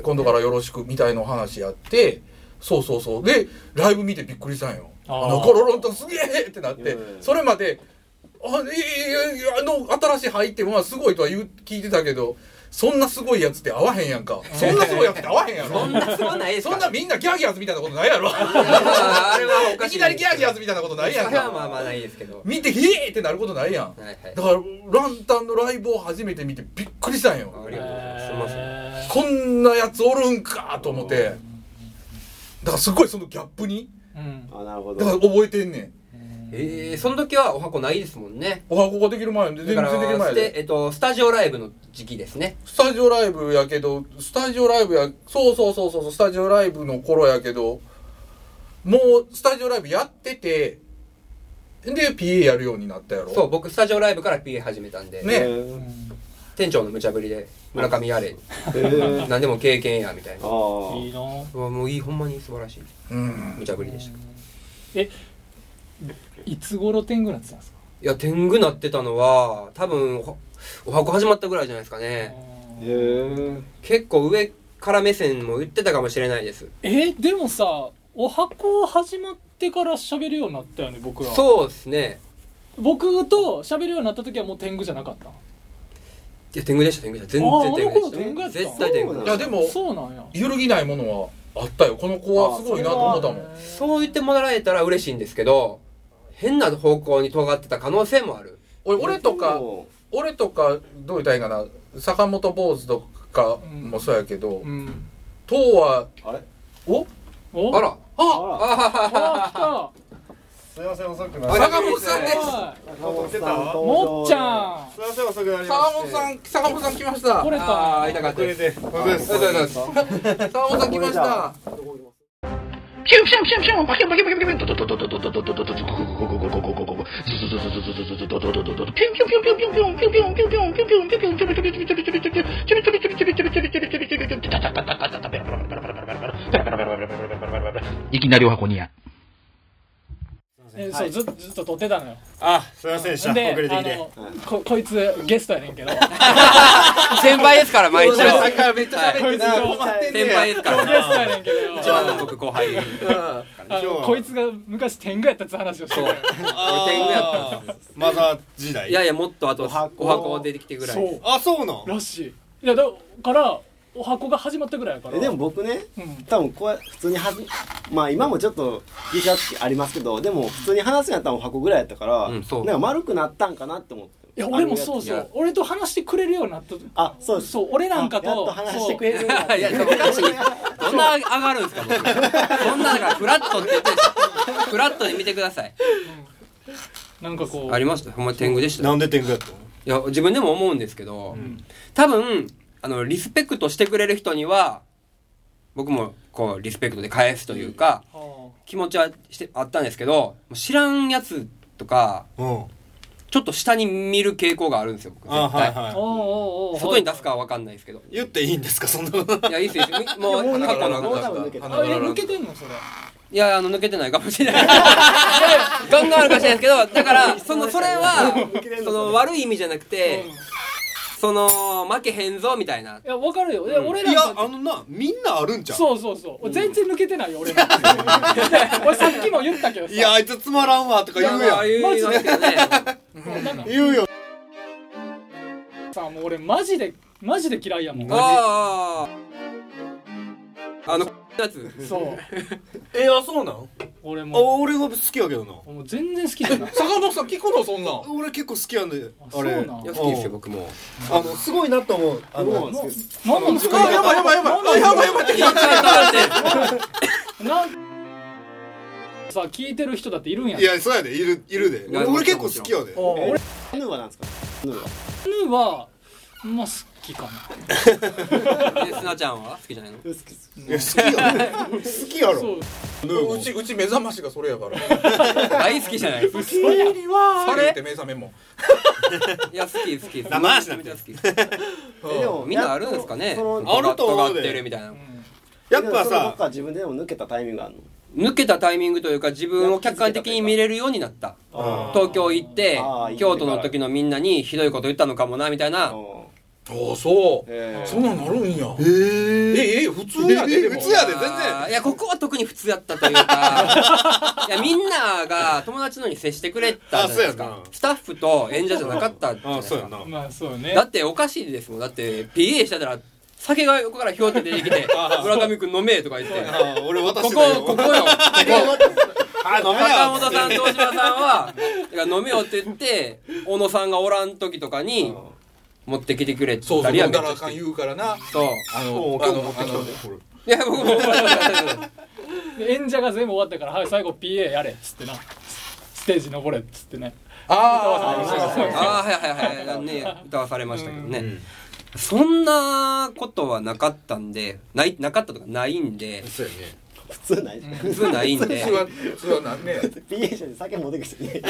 [SPEAKER 1] 今度からよろしくみたいな話やってそうそうそうでライブ見てびっくりしたんよ「
[SPEAKER 2] あー
[SPEAKER 1] あのコロロンとすげえ!」ってなっ
[SPEAKER 3] いや
[SPEAKER 1] て
[SPEAKER 3] いやいや
[SPEAKER 1] それまで「あいやいやいやあの新しい入ってまあすごい」とは言う聞いてたけどそんなすごいやつって合わへんやんかそんなすごいやつって合わへんやろ
[SPEAKER 4] そんなすごないです
[SPEAKER 1] そ
[SPEAKER 4] か
[SPEAKER 1] んなみんなギャーギャーズみたいなことないやろい
[SPEAKER 4] ああれはおかしい
[SPEAKER 1] きなりギャーギャーズみたいなことないやん
[SPEAKER 4] それは
[SPEAKER 1] か
[SPEAKER 4] まあまあないですけど
[SPEAKER 1] 見て「へえ!」ってなることないやん
[SPEAKER 4] はいはい
[SPEAKER 1] だからランタンのライブを初めて見てびっくりしたんよ
[SPEAKER 4] ありがとうございますすみません
[SPEAKER 2] へ
[SPEAKER 1] こんなやつおるんかと思ってだからすごいそのギャップに
[SPEAKER 2] えうん
[SPEAKER 3] ああなるほ
[SPEAKER 1] だから
[SPEAKER 3] ど
[SPEAKER 1] 覚えてんねん
[SPEAKER 4] えー、その時はお箱ないですもんね
[SPEAKER 1] お箱ができる前で
[SPEAKER 4] だ
[SPEAKER 1] 全
[SPEAKER 4] か
[SPEAKER 1] 然
[SPEAKER 4] ら
[SPEAKER 1] できる前
[SPEAKER 4] ステ
[SPEAKER 1] で
[SPEAKER 4] えっと、スタジオライブの時期ですね
[SPEAKER 1] スタジオライブやけどスタジオライブやそうそうそうそうスタジオライブの頃やけどもうスタジオライブやっててで PA やるようになったやろ
[SPEAKER 4] そう僕スタジオライブから PA 始めたんで、
[SPEAKER 1] ね
[SPEAKER 4] 店長の無茶ぶりで村上やれ
[SPEAKER 3] えー、
[SPEAKER 4] 何でも経験やみたいな
[SPEAKER 3] あー
[SPEAKER 2] いいなぁ
[SPEAKER 4] うわもういいほんまに素晴らしい
[SPEAKER 1] うん
[SPEAKER 4] 無茶ぶりでしたい
[SPEAKER 2] えいつ頃天狗なってたんですか
[SPEAKER 4] や天狗なってたのは多分おお箱始まったぐらいじゃないですかね
[SPEAKER 3] へー
[SPEAKER 4] 結構上から目線も言ってたかもしれないです
[SPEAKER 2] えでもさお箱始まってから喋るようになったよね僕ら
[SPEAKER 4] そうですね
[SPEAKER 2] 僕と喋るようになった時はもう天狗じゃなかった
[SPEAKER 4] いや天狗でした天狗でした
[SPEAKER 2] あー
[SPEAKER 4] 全然天狗
[SPEAKER 2] あの
[SPEAKER 4] で
[SPEAKER 2] 頃天狗や
[SPEAKER 4] し
[SPEAKER 2] ったた
[SPEAKER 4] 絶対天狗
[SPEAKER 1] いやでも
[SPEAKER 2] そうなんや
[SPEAKER 1] 揺るぎないものはあったよこの子はすごいなと思ったもん
[SPEAKER 4] そう言ってもらえたら嬉しいんですけど変な方向に尖ってた可能性もある
[SPEAKER 1] 俺俺とか俺とかどう言ったらいいかな坂本坊主とかもそうやけど、
[SPEAKER 2] うん
[SPEAKER 1] 当は
[SPEAKER 5] あれ
[SPEAKER 1] お
[SPEAKER 2] お
[SPEAKER 4] あら
[SPEAKER 1] あ
[SPEAKER 3] あ
[SPEAKER 2] あ
[SPEAKER 5] すいません遅くな
[SPEAKER 4] あ
[SPEAKER 5] り
[SPEAKER 1] 坂本さん
[SPEAKER 2] 来
[SPEAKER 1] です
[SPEAKER 2] たは
[SPEAKER 3] ら坂本さん
[SPEAKER 2] いもっちゃん
[SPEAKER 5] すいません遅くなりま
[SPEAKER 1] 坂
[SPEAKER 5] し
[SPEAKER 1] 本
[SPEAKER 5] て
[SPEAKER 1] さん坂本さん来ました
[SPEAKER 2] これ
[SPEAKER 4] あー
[SPEAKER 2] か
[SPEAKER 4] 会いたかった
[SPEAKER 5] これ
[SPEAKER 4] です
[SPEAKER 5] でこれです
[SPEAKER 4] ありがとうございます
[SPEAKER 1] 坂本さん来ました
[SPEAKER 3] どこ行きます
[SPEAKER 6] 咻咻咻咻，啪啪啪啪啪，嘟嘟嘟嘟嘟嘟嘟。な両箱にや。
[SPEAKER 2] えそうずっとずっと撮ってたのよ
[SPEAKER 5] あすいませんでした遅
[SPEAKER 2] で
[SPEAKER 5] れてきて
[SPEAKER 2] あのここいつゲストやねんけどこ
[SPEAKER 4] 先輩ですから毎日
[SPEAKER 5] 大
[SPEAKER 4] は
[SPEAKER 5] 阪めっちゃ喋ってな
[SPEAKER 2] はい
[SPEAKER 5] 困ってんね
[SPEAKER 4] 先
[SPEAKER 5] や
[SPEAKER 4] 輩ですから
[SPEAKER 2] ゲストやねんけ
[SPEAKER 4] 一番の
[SPEAKER 2] ど
[SPEAKER 4] 僕後輩で
[SPEAKER 2] あのこいつが昔天狗やったって話をして
[SPEAKER 4] そう
[SPEAKER 5] あー
[SPEAKER 4] 天狗やった
[SPEAKER 5] マザー時代
[SPEAKER 4] いやいやもっとあとお
[SPEAKER 3] お箱
[SPEAKER 4] 箱出てきてぐらい
[SPEAKER 2] そう
[SPEAKER 5] あそうなん
[SPEAKER 2] らしいいやだからお箱が始まったぐらいやから
[SPEAKER 3] えでも僕ね
[SPEAKER 2] うん
[SPEAKER 3] 多分こう普通にはずまあ今もちょっとギチャってありますけどでも普通に話すんやったら箱ぐらいやったから、
[SPEAKER 4] うんそう
[SPEAKER 3] なんか丸くなったんかなって思って
[SPEAKER 2] いや俺もそう
[SPEAKER 3] う
[SPEAKER 2] そう俺と話してくれるようになった
[SPEAKER 3] あそうです
[SPEAKER 2] そう俺なんか
[SPEAKER 3] あやっ
[SPEAKER 2] と
[SPEAKER 3] と話してくれるようになった
[SPEAKER 4] いやでもおかしいどんな上がるんですか 僕そんなだからフラットって言ってるでしょフラットに見てください
[SPEAKER 2] そう なんかこう
[SPEAKER 4] ありましたほんま天狗でしたい
[SPEAKER 5] なんで天狗やったの
[SPEAKER 4] や自分でも思うんですけど、
[SPEAKER 2] ん
[SPEAKER 4] 多分あのリスペクトしてくれる人には僕もこうリスペクトで返すというか、
[SPEAKER 2] は
[SPEAKER 4] 気持ちはしてあったんですけど知らんやつとか
[SPEAKER 5] うん
[SPEAKER 4] ちょっと下に見る傾向があるんですよ僕絶対、
[SPEAKER 5] あはい
[SPEAKER 2] あおう
[SPEAKER 5] は
[SPEAKER 2] おうおう
[SPEAKER 4] 外に出すかは分かんないですけど
[SPEAKER 5] い言っていいんですかそんなこと
[SPEAKER 4] いやいいっすよいいっすよもう
[SPEAKER 3] もう
[SPEAKER 4] 過去の
[SPEAKER 3] もう
[SPEAKER 4] 話
[SPEAKER 3] 多分抜けた
[SPEAKER 2] あえ抜けてんのそれ
[SPEAKER 4] いやあの抜けてないかもしれない いやいやガンガンあるかもしれないですけどだからそのそれは
[SPEAKER 3] 抜けれん
[SPEAKER 4] そ
[SPEAKER 3] の
[SPEAKER 4] の悪い意味じゃなくて
[SPEAKER 2] うん
[SPEAKER 4] その負けへんぞみたいない
[SPEAKER 2] やわかるよいや俺
[SPEAKER 5] い
[SPEAKER 2] ら
[SPEAKER 5] やあのなみんなあるんちゃう
[SPEAKER 2] そうそうそう、全然抜けてないよ俺ら俺さっきも言ったけどさ
[SPEAKER 5] いやあいつつまらんわとか言う
[SPEAKER 4] まああ
[SPEAKER 5] や
[SPEAKER 4] あ
[SPEAKER 5] ん
[SPEAKER 4] いうのですけどね
[SPEAKER 2] なんか
[SPEAKER 5] 言うよ
[SPEAKER 2] さもう俺マジでマジで嫌いやもん
[SPEAKER 4] あああのやつ
[SPEAKER 2] そう
[SPEAKER 5] えあそうなん
[SPEAKER 2] 俺
[SPEAKER 5] あ
[SPEAKER 2] も
[SPEAKER 5] 俺が好きやけどな
[SPEAKER 2] もう全然好きじ ゃない
[SPEAKER 1] 坂本さん聞くのそんなん
[SPEAKER 5] 俺結構好きやんで
[SPEAKER 2] あそ
[SPEAKER 5] あ
[SPEAKER 2] うな
[SPEAKER 5] れ
[SPEAKER 2] ん
[SPEAKER 4] いや好きですよ僕も
[SPEAKER 5] あのすごいなと思うあの
[SPEAKER 3] もう
[SPEAKER 2] ママの作り
[SPEAKER 1] あやばいやばいやばいあやばいやばい
[SPEAKER 4] いやちょっと待って
[SPEAKER 2] なんさ聞いてる人だっているんや
[SPEAKER 5] いやそうやでいるいるで
[SPEAKER 4] いや
[SPEAKER 5] 俺結構好きやで
[SPEAKER 2] おう俺
[SPEAKER 3] ヌーはなんですかヌーは
[SPEAKER 2] 犬はまあ好きかな
[SPEAKER 4] えすなちゃんは好きじゃないの
[SPEAKER 3] 好きです
[SPEAKER 5] いや好きやろ好きや
[SPEAKER 2] そ
[SPEAKER 5] ろ
[SPEAKER 2] う
[SPEAKER 5] ヌーボ
[SPEAKER 1] う
[SPEAKER 5] ー
[SPEAKER 1] ちうち目覚ましがそれやから
[SPEAKER 4] 大好きじゃないですか
[SPEAKER 2] そや
[SPEAKER 4] そ
[SPEAKER 1] 言っ
[SPEAKER 4] れ
[SPEAKER 1] て目覚めも
[SPEAKER 4] いや好き好き好き
[SPEAKER 5] 生足
[SPEAKER 4] な
[SPEAKER 5] なんん
[SPEAKER 4] て
[SPEAKER 5] て
[SPEAKER 4] 好き
[SPEAKER 3] えでも
[SPEAKER 4] みんなあるんですかね
[SPEAKER 3] その
[SPEAKER 5] あると思う
[SPEAKER 4] 尖
[SPEAKER 5] で
[SPEAKER 4] ってるみたいな
[SPEAKER 5] やっ
[SPEAKER 3] それ
[SPEAKER 5] ぱ
[SPEAKER 3] ど
[SPEAKER 5] さ
[SPEAKER 3] っか自分でも抜けたタイミングがあるの
[SPEAKER 4] 抜けたタイミングというか自分を客観的に見れるようになった
[SPEAKER 5] あ
[SPEAKER 4] 東京行って
[SPEAKER 3] あー
[SPEAKER 4] 京都の時のみんなにひどいこと言ったのかもなみたいな
[SPEAKER 3] うん
[SPEAKER 1] ああそう
[SPEAKER 3] えー
[SPEAKER 1] そんなんなるんや
[SPEAKER 5] えー
[SPEAKER 1] ええ普通やででも
[SPEAKER 5] 普通やで
[SPEAKER 4] あ
[SPEAKER 5] 全然
[SPEAKER 4] ーいやここは特に普通やったというか いやみんなが友達のように接してくれたじゃないです
[SPEAKER 5] あそう
[SPEAKER 4] か
[SPEAKER 5] やな
[SPEAKER 4] スタッフと演者じゃなかったじゃない
[SPEAKER 5] あ
[SPEAKER 4] です
[SPEAKER 5] そうや
[SPEAKER 4] か
[SPEAKER 5] な
[SPEAKER 2] まあそうね
[SPEAKER 4] だっておかしいですもんだって PA してたら酒が横からひょうって出てきて村上君飲めとか言って
[SPEAKER 5] あー俺渡
[SPEAKER 4] こ
[SPEAKER 5] し
[SPEAKER 4] こ
[SPEAKER 5] てたよ
[SPEAKER 4] ここよここ
[SPEAKER 5] あ飲め
[SPEAKER 4] 坂
[SPEAKER 5] や
[SPEAKER 4] 本さんと大島さんはだから飲めよって言って小野さんがおらん時とかに持ってきてくれ
[SPEAKER 1] そうそ
[SPEAKER 4] た
[SPEAKER 1] う
[SPEAKER 4] りや
[SPEAKER 1] 飲
[SPEAKER 4] め
[SPEAKER 1] ん
[SPEAKER 4] っ
[SPEAKER 1] だらあ
[SPEAKER 4] ちゃ
[SPEAKER 1] か
[SPEAKER 4] 好
[SPEAKER 1] ん
[SPEAKER 4] き
[SPEAKER 1] 言うからな
[SPEAKER 4] そう
[SPEAKER 1] あ
[SPEAKER 5] お
[SPEAKER 1] の
[SPEAKER 5] う
[SPEAKER 1] あ
[SPEAKER 5] 今日持
[SPEAKER 1] の
[SPEAKER 5] って
[SPEAKER 1] あ
[SPEAKER 5] きた
[SPEAKER 1] の
[SPEAKER 5] でこれ
[SPEAKER 4] いや僕も
[SPEAKER 2] で演者が全部終わったから「はい最後 PA やれ」っつってなステージ登れっつってね
[SPEAKER 1] ああ
[SPEAKER 4] ああはいはいはいね歌わされましたけどね、そんなことはなかったんでないなかったとかないんで
[SPEAKER 5] そうやね
[SPEAKER 3] 普通ない
[SPEAKER 4] 普通ないんで
[SPEAKER 1] 普通は普通はなんね
[SPEAKER 3] PA 社に酒持ってく人いない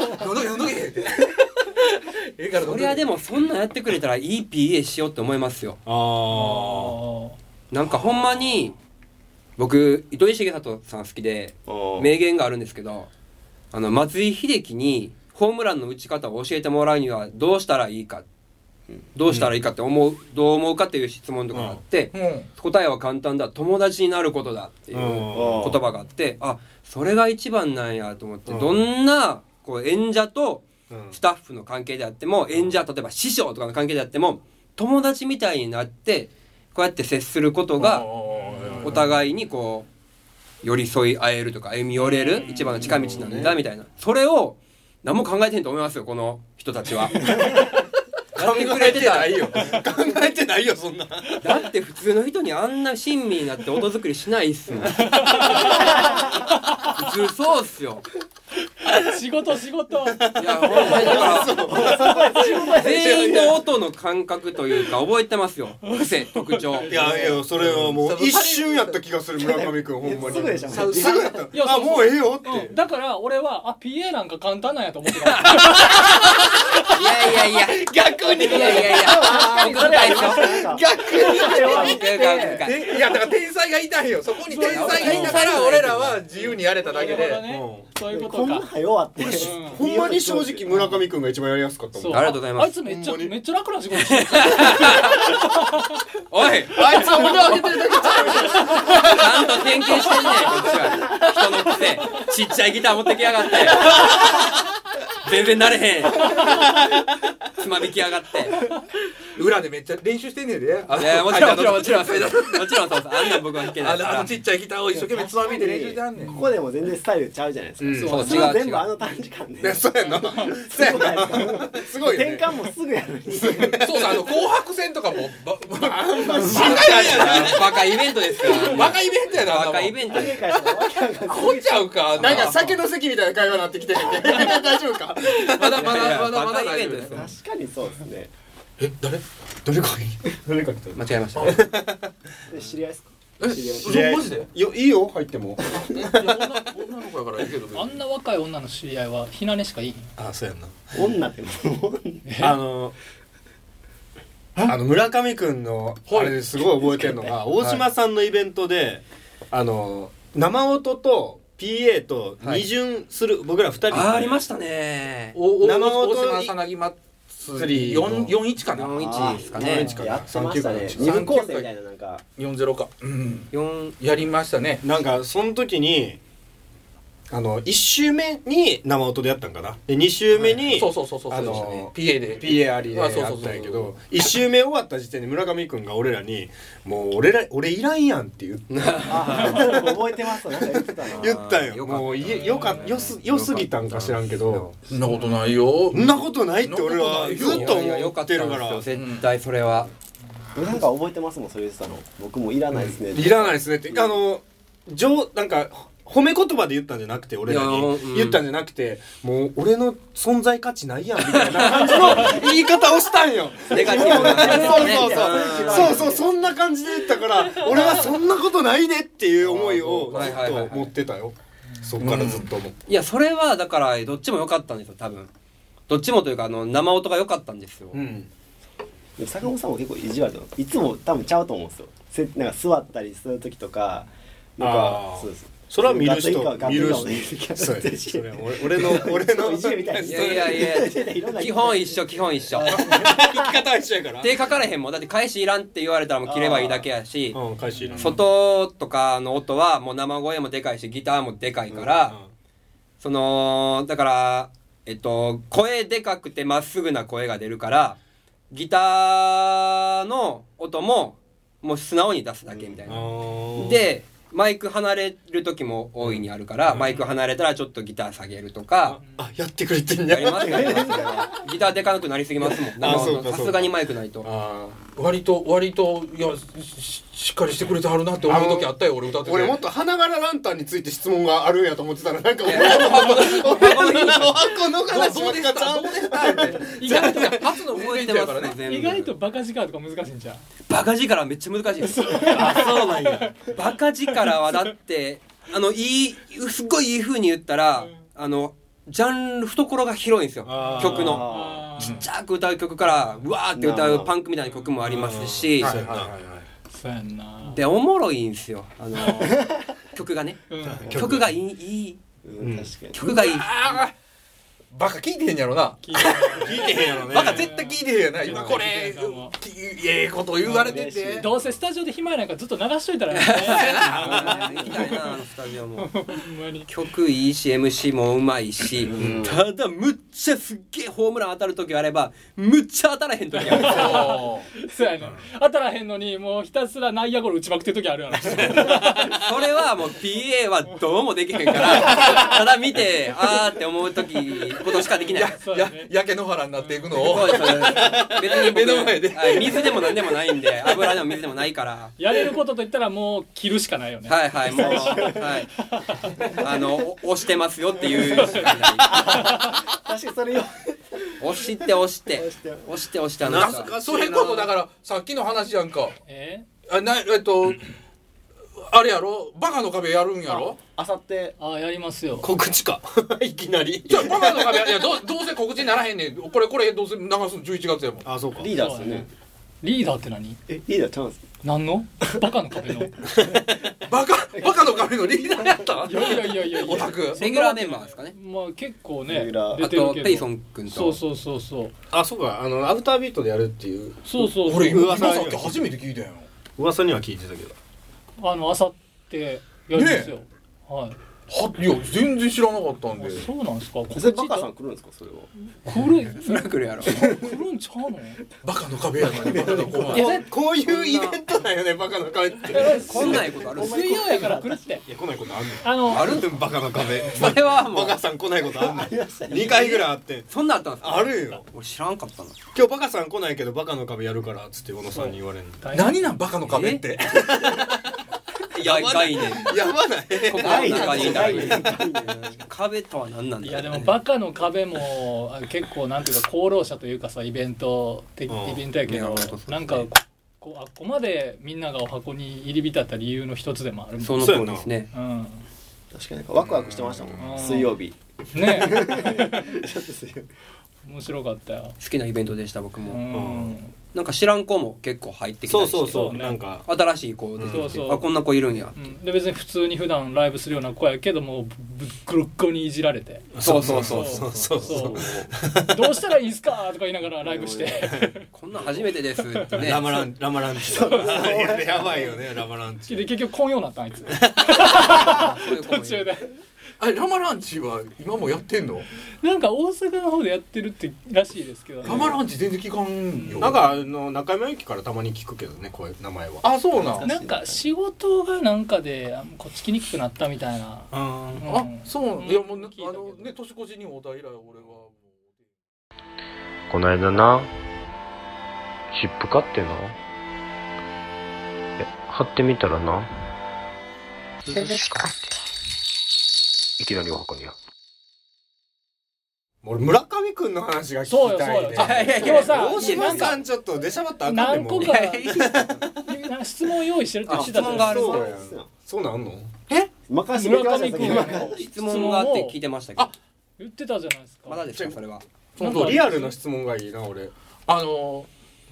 [SPEAKER 1] 飲んどけ飲んどけってええから飲ん
[SPEAKER 4] そ
[SPEAKER 1] ど
[SPEAKER 4] りゃ
[SPEAKER 1] け
[SPEAKER 4] でもそんなんやってくれたらいい PA しようって思いますよ
[SPEAKER 5] あ
[SPEAKER 4] なんかほんまに僕糸井重里さん好きで名言があるんですけどあの松井秀喜にホームランの打ち方を教えてもらうにはどうしたらいいかどうしたらいいかって思う、どう思うかっていう質問とかがあって、
[SPEAKER 1] うん
[SPEAKER 4] 答えは簡単だ友達になることだっていう
[SPEAKER 5] う
[SPEAKER 4] 言
[SPEAKER 5] ん
[SPEAKER 4] 葉があってあそれが一番なんやと思って、
[SPEAKER 5] うん
[SPEAKER 4] どんなこう演者と
[SPEAKER 5] うん
[SPEAKER 4] スタッフの関係であっても演者例えば師匠とかの関係であっても友達みたいになってこうやって接することがお互いにこう寄り添い合えるとか歩み寄れる一番の近道なんだみたいなそれを何も考えてへんと思いますよこの人た ちは。やってくれてた
[SPEAKER 5] よ考えてないよそんな
[SPEAKER 4] だって普通の人にあんな親身になって 音作りしないっすもん普通そうっすよ
[SPEAKER 2] 仕事仕事
[SPEAKER 4] いやほんまにだから全員の音の感覚というか覚えてますよ癖特徴
[SPEAKER 5] いやいやそれはもう一瞬やった気がする村上君ほんまに
[SPEAKER 3] すぐでしょ
[SPEAKER 5] すぐやった
[SPEAKER 2] いや
[SPEAKER 5] あもうええよって、
[SPEAKER 2] うん、だから俺はあ PA なんか簡単なんやと思ってた
[SPEAKER 4] いやいやいや
[SPEAKER 5] 逆に
[SPEAKER 4] いやいやいや奥深いでしょ 奥 深い
[SPEAKER 5] えいやだから天才がいたんよそこに天才がいたから俺らは自由にやれただ
[SPEAKER 2] な
[SPEAKER 5] け
[SPEAKER 2] るほど
[SPEAKER 5] で、
[SPEAKER 2] ねそういうこと
[SPEAKER 3] こんな
[SPEAKER 2] か
[SPEAKER 3] はよあって
[SPEAKER 5] ほんまに正直村上君が一番やりやすかったも
[SPEAKER 2] そ
[SPEAKER 5] ん
[SPEAKER 4] ありがとうございます
[SPEAKER 2] あいつめっちゃ
[SPEAKER 5] ほんまに
[SPEAKER 2] めっちゃ楽な仕事してる
[SPEAKER 4] おい
[SPEAKER 5] あいつは胸上げてるだけちゃう
[SPEAKER 4] ちゃんと点検してんねんこっちは人の癖ちっちゃいギター持ってきやがって全然慣れへんつまびきやがって
[SPEAKER 5] 裏でめっちゃ練習してんねんであ
[SPEAKER 4] いやもちろんもちろんもちろんそうですもちろんそうですあんなん僕は弾けない
[SPEAKER 5] あ
[SPEAKER 4] です
[SPEAKER 5] の
[SPEAKER 4] か
[SPEAKER 5] あ
[SPEAKER 4] ら
[SPEAKER 5] のちっちゃいギターを一生懸命つまみで練習してはんねん
[SPEAKER 3] ここでも全然スタイルちゃうじゃないですか、
[SPEAKER 4] うんそう
[SPEAKER 3] それは
[SPEAKER 4] 違う違
[SPEAKER 3] 全
[SPEAKER 4] う
[SPEAKER 3] 部あの短時間で、
[SPEAKER 5] ねそうやんなそうやんなすごいよね
[SPEAKER 3] 転換もすぐやるに
[SPEAKER 1] そうそうあの紅白戦とかもばば
[SPEAKER 4] バカイベントですから
[SPEAKER 1] バカイベントやなあんな
[SPEAKER 4] バ
[SPEAKER 1] も
[SPEAKER 4] カ
[SPEAKER 1] ん
[SPEAKER 4] イベントです
[SPEAKER 1] 混んちゃうかあん
[SPEAKER 5] な
[SPEAKER 1] なん
[SPEAKER 5] か酒の席みたいな会話になってきてるんで大丈夫か
[SPEAKER 1] まだま
[SPEAKER 4] いやい
[SPEAKER 1] だ
[SPEAKER 4] や
[SPEAKER 1] まだま
[SPEAKER 4] バ
[SPEAKER 1] だ
[SPEAKER 4] カイ
[SPEAKER 1] 大
[SPEAKER 4] ベ
[SPEAKER 1] 丈夫
[SPEAKER 4] ントですよ
[SPEAKER 3] 確かにそうですね
[SPEAKER 1] え誰
[SPEAKER 5] どれかいどれか来た
[SPEAKER 4] 間違えました
[SPEAKER 3] で知り合いですか
[SPEAKER 1] え
[SPEAKER 3] 知り合い
[SPEAKER 1] 嘘マジで
[SPEAKER 5] よいいよ入っても
[SPEAKER 1] いや女女の子やからいいけど別に
[SPEAKER 2] あんな若い女の知り合いはひなねしかいい
[SPEAKER 5] あそうやんな
[SPEAKER 3] 女ってもう
[SPEAKER 5] あのあの村上君のあれですごい覚えてるのが大島さんのイベントであの生音と PA と
[SPEAKER 4] はい
[SPEAKER 5] 二巡する僕ら二人で
[SPEAKER 4] あーありましたね
[SPEAKER 1] おお
[SPEAKER 5] 生音
[SPEAKER 1] 大島さなぎ祭り
[SPEAKER 5] 祭りの
[SPEAKER 1] 四四一かな
[SPEAKER 4] 41ですか
[SPEAKER 5] あー
[SPEAKER 4] ね
[SPEAKER 5] 41か
[SPEAKER 3] やってましたね二部構成みたいななんか
[SPEAKER 1] 四ゼロかうん
[SPEAKER 4] 4
[SPEAKER 1] やりましたね
[SPEAKER 5] なんかその時にあの1周目に生音でやったんかなで2周目に
[SPEAKER 1] そうそうそうそう
[SPEAKER 5] あの
[SPEAKER 1] そうでしたね PA で
[SPEAKER 5] PA ありでや
[SPEAKER 1] あ
[SPEAKER 5] っ
[SPEAKER 1] そうそうそう
[SPEAKER 5] たんやけど1周目終わった時点で村上君が俺らに「もう俺ら俺いらんやん」って言って
[SPEAKER 3] あー 覚えてますなんか言ってたな
[SPEAKER 5] 言ったん
[SPEAKER 4] あー
[SPEAKER 5] よ
[SPEAKER 4] よかった
[SPEAKER 5] もういよかよすよすぎたんか知らんけど
[SPEAKER 1] そんなことないよ
[SPEAKER 5] そんなことないって俺はず
[SPEAKER 1] そんな
[SPEAKER 5] っ
[SPEAKER 1] ことと
[SPEAKER 5] 思ってるか
[SPEAKER 4] いやいやよったん
[SPEAKER 5] ら
[SPEAKER 4] ですよ絶対それは
[SPEAKER 3] なんか覚えてますもんそれ言ってたの僕もいらないですね
[SPEAKER 5] いらないですねってあの上なんか褒め言葉で言ったんじゃなくて俺ら
[SPEAKER 4] いやう
[SPEAKER 5] に
[SPEAKER 4] ん
[SPEAKER 5] 言ったんじゃなくてもう俺の存在価値ないやんみたいな感じの言い方をしたんよ
[SPEAKER 4] ネガティブな
[SPEAKER 5] そう
[SPEAKER 4] ね
[SPEAKER 5] そ
[SPEAKER 4] う
[SPEAKER 5] う
[SPEAKER 4] ん
[SPEAKER 5] そうそうそうそんな感じで言ったから俺はそんなことないでっていう思いを
[SPEAKER 4] あー
[SPEAKER 5] ず
[SPEAKER 4] はいはいはいは
[SPEAKER 5] っ
[SPEAKER 4] い
[SPEAKER 5] と持ってたよそっからずっと思って
[SPEAKER 4] いやそれはだからどっちも良かったんですよ多分どっちもというかあの生音が良かったんですよ、
[SPEAKER 5] うん
[SPEAKER 3] でも坂本さんも結構意地悪だないつも多分ちゃうと思うんですよせなんか座ったりする時とかなん
[SPEAKER 5] あ
[SPEAKER 3] か
[SPEAKER 5] ー
[SPEAKER 3] そうです
[SPEAKER 5] それは見る人
[SPEAKER 3] ガッツ
[SPEAKER 5] 見
[SPEAKER 3] リ
[SPEAKER 5] る
[SPEAKER 3] 顔
[SPEAKER 5] 人
[SPEAKER 3] ガッツリ顔
[SPEAKER 5] そう
[SPEAKER 3] で
[SPEAKER 5] やそれ俺俺の 俺の
[SPEAKER 3] いじめみたいな い
[SPEAKER 4] やいやいや
[SPEAKER 3] いろんな
[SPEAKER 4] 基本一緒基本一緒
[SPEAKER 5] 生き方は一緒やから
[SPEAKER 4] 手書かれへんもんだって返しいらんって言われたらもう切ればいいだけやし
[SPEAKER 5] うん返しいらん
[SPEAKER 4] 外とかの音はもう生声もでかいしギターもでかいから、そのだからえっと声でかくてまっすぐな声が出るからギターの音ももう素直に出すだけみたいな、
[SPEAKER 5] うん
[SPEAKER 4] でマイク離れる時も大いにあるから、マイク離れたらちょっとギター下げるとか、
[SPEAKER 5] あやってくれてん
[SPEAKER 4] や
[SPEAKER 5] ね
[SPEAKER 4] りますやりますよギターでかくなりすぎますもん
[SPEAKER 5] あ
[SPEAKER 4] 生
[SPEAKER 5] そう
[SPEAKER 4] 音
[SPEAKER 5] かそうか
[SPEAKER 4] さすがにマイクない と
[SPEAKER 5] あ
[SPEAKER 1] 割と割といやししっかりしてくれてはるなって思う時あったよ俺歌ってて
[SPEAKER 5] 俺もっと花柄ランタンについて質問があるんやと思ってたらなん か俺の箱の話
[SPEAKER 1] どうで
[SPEAKER 5] が
[SPEAKER 1] し
[SPEAKER 5] ちゃ
[SPEAKER 1] た
[SPEAKER 5] う
[SPEAKER 1] どうでしたって
[SPEAKER 4] 意外と
[SPEAKER 1] 初の
[SPEAKER 4] 覚
[SPEAKER 1] 覚
[SPEAKER 4] え
[SPEAKER 1] えて
[SPEAKER 4] てま
[SPEAKER 1] ますからね
[SPEAKER 4] ね
[SPEAKER 2] 意外とバカ力とか難しいんじゃん
[SPEAKER 4] バカ力はめっちゃ難しいですあそうなんやバカ力はだってあのいいすっごいいい風に言ったら、あのジャンル懐が広いんですよ
[SPEAKER 5] あー
[SPEAKER 4] 曲の
[SPEAKER 3] あ
[SPEAKER 4] ちっちゃく歌う曲からうわーって歌うパンクみたいな曲もありますし、
[SPEAKER 1] はいはいはいはい
[SPEAKER 2] そうやんな
[SPEAKER 4] でおもろいんですよあの曲がね
[SPEAKER 2] うん
[SPEAKER 4] 曲がいいいい
[SPEAKER 3] ーうん確かに
[SPEAKER 4] 曲がいい
[SPEAKER 1] バカ聞いてへんやろな
[SPEAKER 2] 聞いて
[SPEAKER 5] 聞いてへんやろね
[SPEAKER 1] バカ絶対聞いてへんやな今これ
[SPEAKER 2] 聞いてへんやろ
[SPEAKER 1] きええこと言われてて
[SPEAKER 2] どうせスタジオで暇やなんかずっと流しといたらいいね
[SPEAKER 4] 行きたいなあのスタジオも
[SPEAKER 2] ほんまに
[SPEAKER 4] 曲いいし MC もうまいし、ただむっちゃすっげえホームラン当たる時あればむっちゃ当たらへん時あるんですよ
[SPEAKER 2] そうやね当たらへんのにもうひたすら内野ゴロ打ちまくってる時あるやろ
[SPEAKER 4] それはもう PA はどうもできへんからただ見てあーって思う時ことしかできない
[SPEAKER 2] そうだ
[SPEAKER 1] や
[SPEAKER 2] ね
[SPEAKER 1] 焼け野原になっていくのを
[SPEAKER 4] そうですそうです別に僕
[SPEAKER 1] 目の前で
[SPEAKER 4] はい水でも何でもないんで油でも水でもないから
[SPEAKER 2] やれることといったらもう切るしかないよね、
[SPEAKER 4] はいはいもうはいあのお押してますよっていうしかない
[SPEAKER 3] 確かにそれよ
[SPEAKER 4] 押して押して
[SPEAKER 3] 押して
[SPEAKER 4] 押して押してあの
[SPEAKER 1] なんかそれこそだからさっきの話やんか
[SPEAKER 2] え
[SPEAKER 1] あなえっとあれやろバカの壁やるんやろ
[SPEAKER 3] あさって
[SPEAKER 2] ー、あやりますよ
[SPEAKER 5] 告知か いきなり
[SPEAKER 1] じゃあバカの壁やいやどうどうせ告知にならへんねんこれこれどうせ流すの11月やもん
[SPEAKER 5] あそうか
[SPEAKER 3] リーダーですよね
[SPEAKER 2] リーダーって何
[SPEAKER 3] えリーダーちゃうんですか
[SPEAKER 2] 何のバカの壁のい
[SPEAKER 1] バカバカの壁のリーダーやった
[SPEAKER 2] やいやいやいやい
[SPEAKER 1] オタ
[SPEAKER 2] や
[SPEAKER 1] ク
[SPEAKER 4] レギュラーメンバーですかね
[SPEAKER 2] まあ結構
[SPEAKER 3] レ
[SPEAKER 2] ね
[SPEAKER 3] ギュラー
[SPEAKER 2] 出
[SPEAKER 4] あ
[SPEAKER 2] てる
[SPEAKER 4] と
[SPEAKER 2] けど
[SPEAKER 4] ペイソン君と
[SPEAKER 2] そうそうそうそう
[SPEAKER 5] あそうかあのアフタービートでやるっていう
[SPEAKER 2] そうそうそう
[SPEAKER 1] 俺今
[SPEAKER 5] 噂
[SPEAKER 1] さっき初めて聞いたやん
[SPEAKER 5] 噂には聞いてたけど
[SPEAKER 2] あのあさってやりますよ、はい
[SPEAKER 1] はいや全然知らなかったんで
[SPEAKER 2] あそうなんですか告
[SPEAKER 3] それ
[SPEAKER 2] 知
[SPEAKER 3] バカさん来るんですかそれは
[SPEAKER 2] 来る
[SPEAKER 4] それは来るやろ
[SPEAKER 2] 来るん ちゃうの
[SPEAKER 1] バカの壁やなバカの子はい
[SPEAKER 5] やこういうイベントだよねバカな壁ってい
[SPEAKER 4] 来ないことあるんですか
[SPEAKER 2] 水曜やから来るって
[SPEAKER 5] や来ないことあんの
[SPEAKER 2] あの
[SPEAKER 5] あるってバカな壁
[SPEAKER 4] それはも
[SPEAKER 5] バ
[SPEAKER 4] う
[SPEAKER 5] カさん来ないことあんの2回ぐらいあって
[SPEAKER 4] そんなんあったんですか
[SPEAKER 5] あるよ
[SPEAKER 4] 俺知らんかったな
[SPEAKER 5] 今日バカさん来ないけどバカの壁やるからっつって小野さんに言われる
[SPEAKER 1] 何なんバカの壁って
[SPEAKER 4] や概念
[SPEAKER 5] やばない
[SPEAKER 4] ここ
[SPEAKER 3] ない
[SPEAKER 4] の中にいたらいい
[SPEAKER 3] ない
[SPEAKER 4] 壁とは何なんだ
[SPEAKER 2] いやでもバカの壁もあ結構なんていうか功労者というかさイベント的
[SPEAKER 5] うん
[SPEAKER 2] イベントやけ
[SPEAKER 4] いや
[SPEAKER 2] ど
[SPEAKER 4] 本当そう
[SPEAKER 2] なんかこうあここまでみんながお箱に入り浸った理由の一つでもあるもん
[SPEAKER 4] その通りですね
[SPEAKER 2] うん
[SPEAKER 3] 確かにワクワクしてましたも
[SPEAKER 2] うん
[SPEAKER 3] ん水曜日
[SPEAKER 2] ねえ
[SPEAKER 3] ちょっと水曜日
[SPEAKER 2] 面白かったよ
[SPEAKER 4] 好きなイベントでした僕
[SPEAKER 2] う
[SPEAKER 4] も
[SPEAKER 2] ん
[SPEAKER 4] なんか知らん子も結構入ってきた
[SPEAKER 5] そう
[SPEAKER 4] りして
[SPEAKER 5] そうそ
[SPEAKER 2] そう
[SPEAKER 5] う
[SPEAKER 2] ね
[SPEAKER 5] なんか
[SPEAKER 4] 新しい子出て
[SPEAKER 2] そう
[SPEAKER 4] きて
[SPEAKER 2] そう
[SPEAKER 4] あこんな子いるんや
[SPEAKER 2] うんで別に普通に普段ライブするような子やけどもうぶっくるっこにいじられて
[SPEAKER 4] そうそうそう
[SPEAKER 5] そうそうそう
[SPEAKER 2] そうどうしたらいいんすかとか言いながらライブして
[SPEAKER 4] こんなん初めてですってね
[SPEAKER 5] ラマランラマランチだあや やばいよねラマランチ
[SPEAKER 2] で結局こんようになったんあいつ
[SPEAKER 4] そういう子もい
[SPEAKER 2] 途
[SPEAKER 4] る
[SPEAKER 2] 中で
[SPEAKER 1] あれラマランチは今もやってんの
[SPEAKER 2] なんか大阪の方でやってるってらしいですけどね
[SPEAKER 1] ラマランチ全然聞かんよ
[SPEAKER 5] なんかあの中山由紀からたまに聞くけどねこういう名前は
[SPEAKER 1] あそうなん
[SPEAKER 2] なんか仕事がなんかであこっち来にくくなったみたいな、
[SPEAKER 5] あ
[SPEAKER 2] う
[SPEAKER 5] ー
[SPEAKER 2] ん
[SPEAKER 1] あそうなんいやもう
[SPEAKER 2] 聞いたけど
[SPEAKER 1] あのね年越しにお題以来俺は
[SPEAKER 6] こないだな、チップ買ってな。え、貼ってみたらな。涼しかって。いきなりお箱にや。
[SPEAKER 5] 俺村上くんの話が聞きたい
[SPEAKER 2] そうよそうよ
[SPEAKER 5] ね
[SPEAKER 4] あいやい
[SPEAKER 2] 今
[SPEAKER 4] や
[SPEAKER 2] 日さ
[SPEAKER 5] 大島さんちょっと出しゃばったらあか
[SPEAKER 2] 何
[SPEAKER 5] んで
[SPEAKER 2] 個
[SPEAKER 5] も
[SPEAKER 2] か なんか質問用意してるって言ってたじゃ
[SPEAKER 4] あ質問
[SPEAKER 2] な
[SPEAKER 4] が
[SPEAKER 2] い
[SPEAKER 4] ある
[SPEAKER 2] ですか
[SPEAKER 5] そうやんそうなんの
[SPEAKER 3] 任せてく
[SPEAKER 2] 村
[SPEAKER 3] ださ
[SPEAKER 2] 上
[SPEAKER 3] い
[SPEAKER 2] 君の
[SPEAKER 4] 質問があって聞い
[SPEAKER 2] て
[SPEAKER 4] てましたけど
[SPEAKER 2] 言ってたじゃないですか
[SPEAKER 4] まだですかそれは
[SPEAKER 1] その通り
[SPEAKER 5] リアルな質問がいいな俺
[SPEAKER 1] あの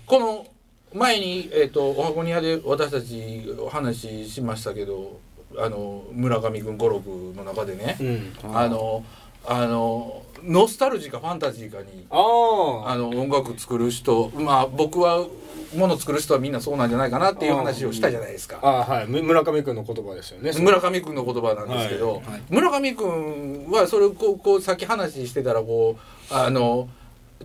[SPEAKER 1] この前にえっ、とお箱庭で私たちお話ししましたけどあの村上君五六の中でね
[SPEAKER 5] うん
[SPEAKER 1] あのあのノスタルジーかファンタジーかに
[SPEAKER 5] あー
[SPEAKER 1] あの音楽作る人まあ僕はもの作る人はみんなそうなんじゃないかなっていう話をしたじゃないですか。
[SPEAKER 5] あはいむ村上くんの言葉ですよね
[SPEAKER 1] 村上君の言葉なんですけど、
[SPEAKER 4] いはい
[SPEAKER 1] 村上君はそれをこうこうさっき話してたらこうあの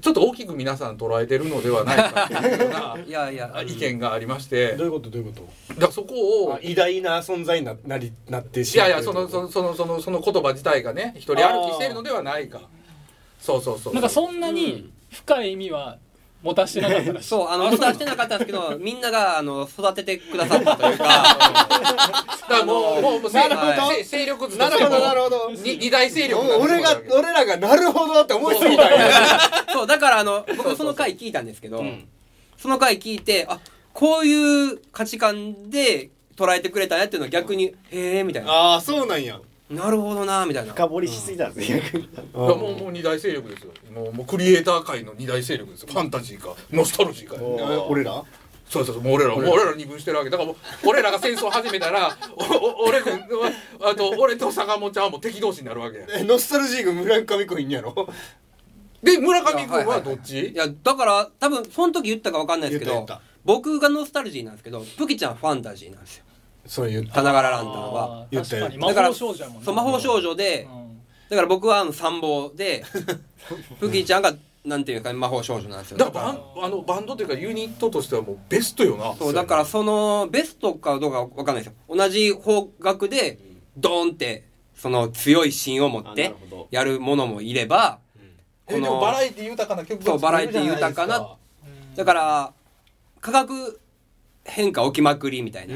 [SPEAKER 1] ちょっと大きく皆さん捉えてるのではないかっていうよう ない
[SPEAKER 4] やいや
[SPEAKER 1] あ意見がありまして
[SPEAKER 5] どう
[SPEAKER 1] だか
[SPEAKER 5] いうことどういうこ
[SPEAKER 1] らそことを
[SPEAKER 5] あ偉大な存在にななりなって
[SPEAKER 1] い
[SPEAKER 5] しま
[SPEAKER 1] や
[SPEAKER 5] う
[SPEAKER 1] いやそのそのそのそのその言葉自体がね一人歩きしているのではないかそうそうそう
[SPEAKER 2] なんかそんなに深い意味は持たしてなかったらしい
[SPEAKER 4] そうあの伝してなかったんですけどみんながあの育ててくださ ったというか
[SPEAKER 1] だからもうもうもう勢
[SPEAKER 4] なるほど
[SPEAKER 1] 勢勢力図と
[SPEAKER 5] な
[SPEAKER 1] し
[SPEAKER 5] る
[SPEAKER 1] て
[SPEAKER 5] ほ
[SPEAKER 1] も
[SPEAKER 5] どなるほど
[SPEAKER 1] に二大勢力
[SPEAKER 5] お俺が
[SPEAKER 1] そう
[SPEAKER 5] 俺らがなるほどって思いすぎたんや
[SPEAKER 4] そうだからあの僕その回聞いたんですけど
[SPEAKER 5] ん
[SPEAKER 4] その回聞いてあこういう価値観で捉えてくれたんやっていうのは逆にへえみたいな
[SPEAKER 5] ああそうなんや
[SPEAKER 4] なるほどなみたいな
[SPEAKER 3] 深掘りしすぎたんですね逆に
[SPEAKER 1] いやもうもう二大勢力ですよもうもうクリエイター界の二大勢力ですよファンタジーかノスタルジーか
[SPEAKER 3] お
[SPEAKER 5] え俺ら
[SPEAKER 1] そうそうそうもう俺らもう俺ら二分してるわけだからもう俺らが戦争始めたらおお俺くんあと俺と坂本ちゃんはもう敵同士になるわけや
[SPEAKER 5] えノスタルジー軍村上くんいんやろ
[SPEAKER 1] で村上君はどっ
[SPEAKER 4] い
[SPEAKER 1] ち
[SPEAKER 4] やだから多分その時言ったか分かんないですけ
[SPEAKER 5] 言っ
[SPEAKER 4] ど
[SPEAKER 5] た言った
[SPEAKER 4] 僕がノスタルジーなんですけどプキちゃんファンタジーなんですよ
[SPEAKER 5] そう言った
[SPEAKER 4] 花柄ランタンは
[SPEAKER 2] あー
[SPEAKER 5] 言った
[SPEAKER 2] 確
[SPEAKER 5] よ
[SPEAKER 2] かに魔
[SPEAKER 4] だから
[SPEAKER 2] 法少女やもんね
[SPEAKER 4] そう魔法少女で
[SPEAKER 2] うん
[SPEAKER 4] だから僕はあの参謀でプキちゃんがなんていうんですかね魔法少女なんですよ
[SPEAKER 1] だからバンあのバンドというかユニットとしてはもうベストよな
[SPEAKER 4] そうだからそのベストかどうか分かんないですよ同じ方角でドーンってその強い芯を持っ
[SPEAKER 3] あな
[SPEAKER 4] て
[SPEAKER 3] るほど
[SPEAKER 4] やるものもいれば
[SPEAKER 1] え
[SPEAKER 4] こ
[SPEAKER 1] で
[SPEAKER 4] の
[SPEAKER 1] もバラエティ豊かな曲が
[SPEAKER 4] そうバラエティ豊かなだから価格変化起きまくりみたいな、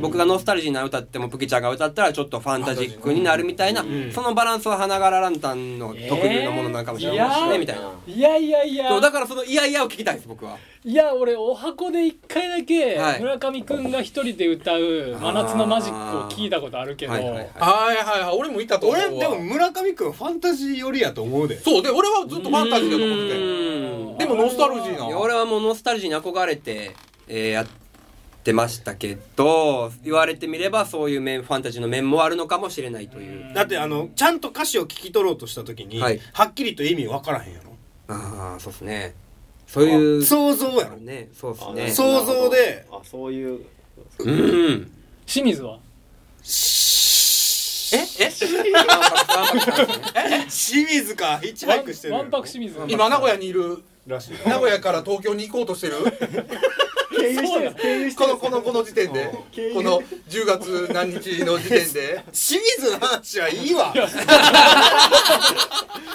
[SPEAKER 4] 僕がノスタルジーな歌ってもプキちゃんが歌ったらちょっとファンタジックになるみたいな、
[SPEAKER 5] うん
[SPEAKER 4] そのバランスは花柄ランタンの特有のものなのかもしれないしね、
[SPEAKER 2] えー
[SPEAKER 4] みたいな。
[SPEAKER 2] いやいやいや
[SPEAKER 4] そうだからそのイヤイヤを聞きたいです僕はい
[SPEAKER 2] や俺お箱で一回だけ
[SPEAKER 4] はい
[SPEAKER 2] 村上くんが一人で歌う「真夏のマジック」を聞いたことあるけど、
[SPEAKER 4] はいはいはい
[SPEAKER 1] はいはいはい俺もいたと思うわ
[SPEAKER 5] 俺でも村上君ファンタジー寄りやと思うで
[SPEAKER 1] そうで俺はずっとファンタジーだと思って
[SPEAKER 4] うん
[SPEAKER 1] てでもノスタルジーない
[SPEAKER 4] や俺はもうノスタルジーに憧れて、えーやってましたけど言われてみればそういう面ファンタジーの面もあるのかもしれないという、
[SPEAKER 5] だってあのちゃんと歌詞を聞き取ろうとした時に、
[SPEAKER 4] はい
[SPEAKER 5] はっきりと意味分からへんやろ
[SPEAKER 4] ああそうですねそういう
[SPEAKER 5] 想像 やろ、
[SPEAKER 4] ねそうです
[SPEAKER 3] あ
[SPEAKER 4] ね
[SPEAKER 5] 想像で
[SPEAKER 3] あそういう
[SPEAKER 4] うん
[SPEAKER 2] 清水は
[SPEAKER 4] ええ
[SPEAKER 5] 清水か一
[SPEAKER 2] ワ
[SPEAKER 5] バ
[SPEAKER 2] ン
[SPEAKER 5] イクしてる
[SPEAKER 2] ワンパク清水
[SPEAKER 1] 今名古屋にいる
[SPEAKER 5] らしい
[SPEAKER 1] 名古屋から東京に行こうとしてる
[SPEAKER 3] 経由してる経由して
[SPEAKER 1] こ
[SPEAKER 3] る
[SPEAKER 1] のこのこの時点で
[SPEAKER 3] 経由
[SPEAKER 1] この10月何日の時点で
[SPEAKER 5] 清水の話はいいわ